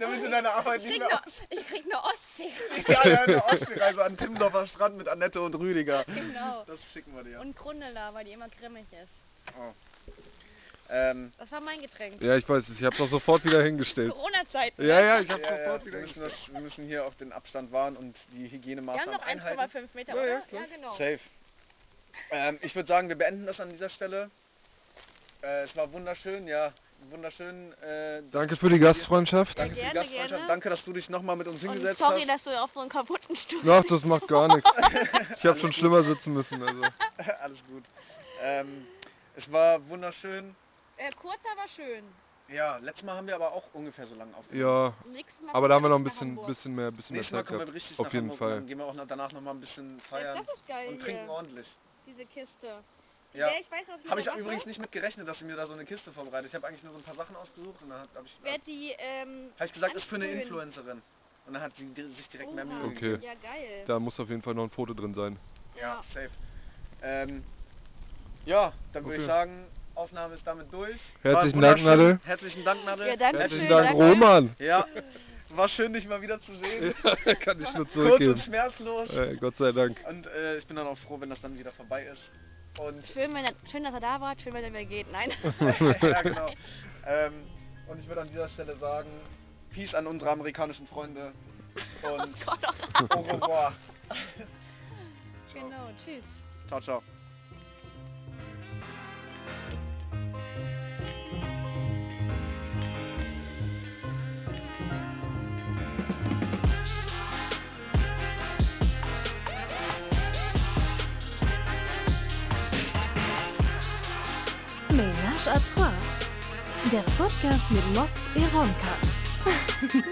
Damit du deine Arbeit nicht
Ich krieg,
mehr
ne,
aus.
ich krieg eine Ostsee.
Ja, ja, eine Ostseereise an Timmendorfer Strand mit Annette und Rüdiger.
Genau.
Das schicken wir dir.
Und Grundela, weil die immer grimmig ist.
Ähm,
Das war mein Getränk.
Ja, ich weiß es. Ich habe es auch sofort wieder hingestellt.
Corona-Zeit.
Ja, ja, ich habe
Ja, ja,
sofort
wir,
wieder
müssen das, wir müssen hier auf den Abstand wahren und die
Wir haben
Hygienemaßnahmen
noch
einhalten.
1,5 Meter, oder? Ja, genau.
Safe. Ähm, ich würde sagen, wir beenden das an dieser Stelle. Äh, es war wunderschön, ja, wunderschön. Äh, das
Danke
Gespräch
für die
mit dir.
Gastfreundschaft.
Danke für die
Gerne,
Gastfreundschaft.
gerne.
Danke, dass du dich nochmal mit uns
Und
hingesetzt
sorry,
hast.
dass du auf so einen kaputten Stuhl
Ach, das macht gar nichts. Ich habe schon schlimmer sitzen müssen. Also.
Alles gut. Ähm, es war wunderschön.
Äh, kurz, aber schön.
Ja, letztes Mal haben wir aber auch ungefähr so lange aufgenommen.
Ja,
Nächstes Mal
aber da haben wir noch ein
kommt's nach
bisschen,
Hamburg.
bisschen mehr, bisschen mehr
Nächstes Mal
Zeit
kommen wir
gehabt.
richtig nach
Auf jeden
Hamburg und Dann
Fall.
gehen wir auch noch danach nochmal ein bisschen feiern.
das ist geil
Und trinken
hier.
ordentlich.
Diese Kiste.
Ja.
Wer, ich weiß, was
Habe ich
mache?
übrigens nicht mit gerechnet, dass sie mir da so eine Kiste vorbereitet. Ich habe eigentlich nur so ein paar Sachen ausgesucht und dann habe ich,
Wer
hab
die, ähm,
ich gesagt, ist für eine
ansprühen.
Influencerin. Und dann hat sie dir- sich direkt mehr Mühe
Oha.
Okay.
gegeben.
Ja, geil.
Da muss auf jeden Fall noch ein Foto drin sein.
Ja,
Ja.
safe. Ähm, ja, dann würde ich
Okay.
sagen, Aufnahme ist damit durch.
Herzlichen
War
Dank,
wunderschön.
Nadel.
Herzlichen Dank, Nadel.
Ja, danke
Herzlichen
schön.
Dank, Roman.
Ja, war schön, dich mal wieder zu sehen.
Kann ich nur
Kurz und
zurückgeben.
schmerzlos.
Äh, Gott sei Dank.
Und äh, ich bin dann auch froh, wenn das dann wieder vorbei ist. Und
Schön, wenn er, schön, dass er da war. Schön, wenn er wieder geht. Nein.
ja, genau. ähm, und ich würde an dieser Stelle sagen, Peace an unsere amerikanischen Freunde. Und au revoir.
genau. Tschüss.
Ciao, ciao.
Ménage à trois. Der Podcast mit Lok et Ronka.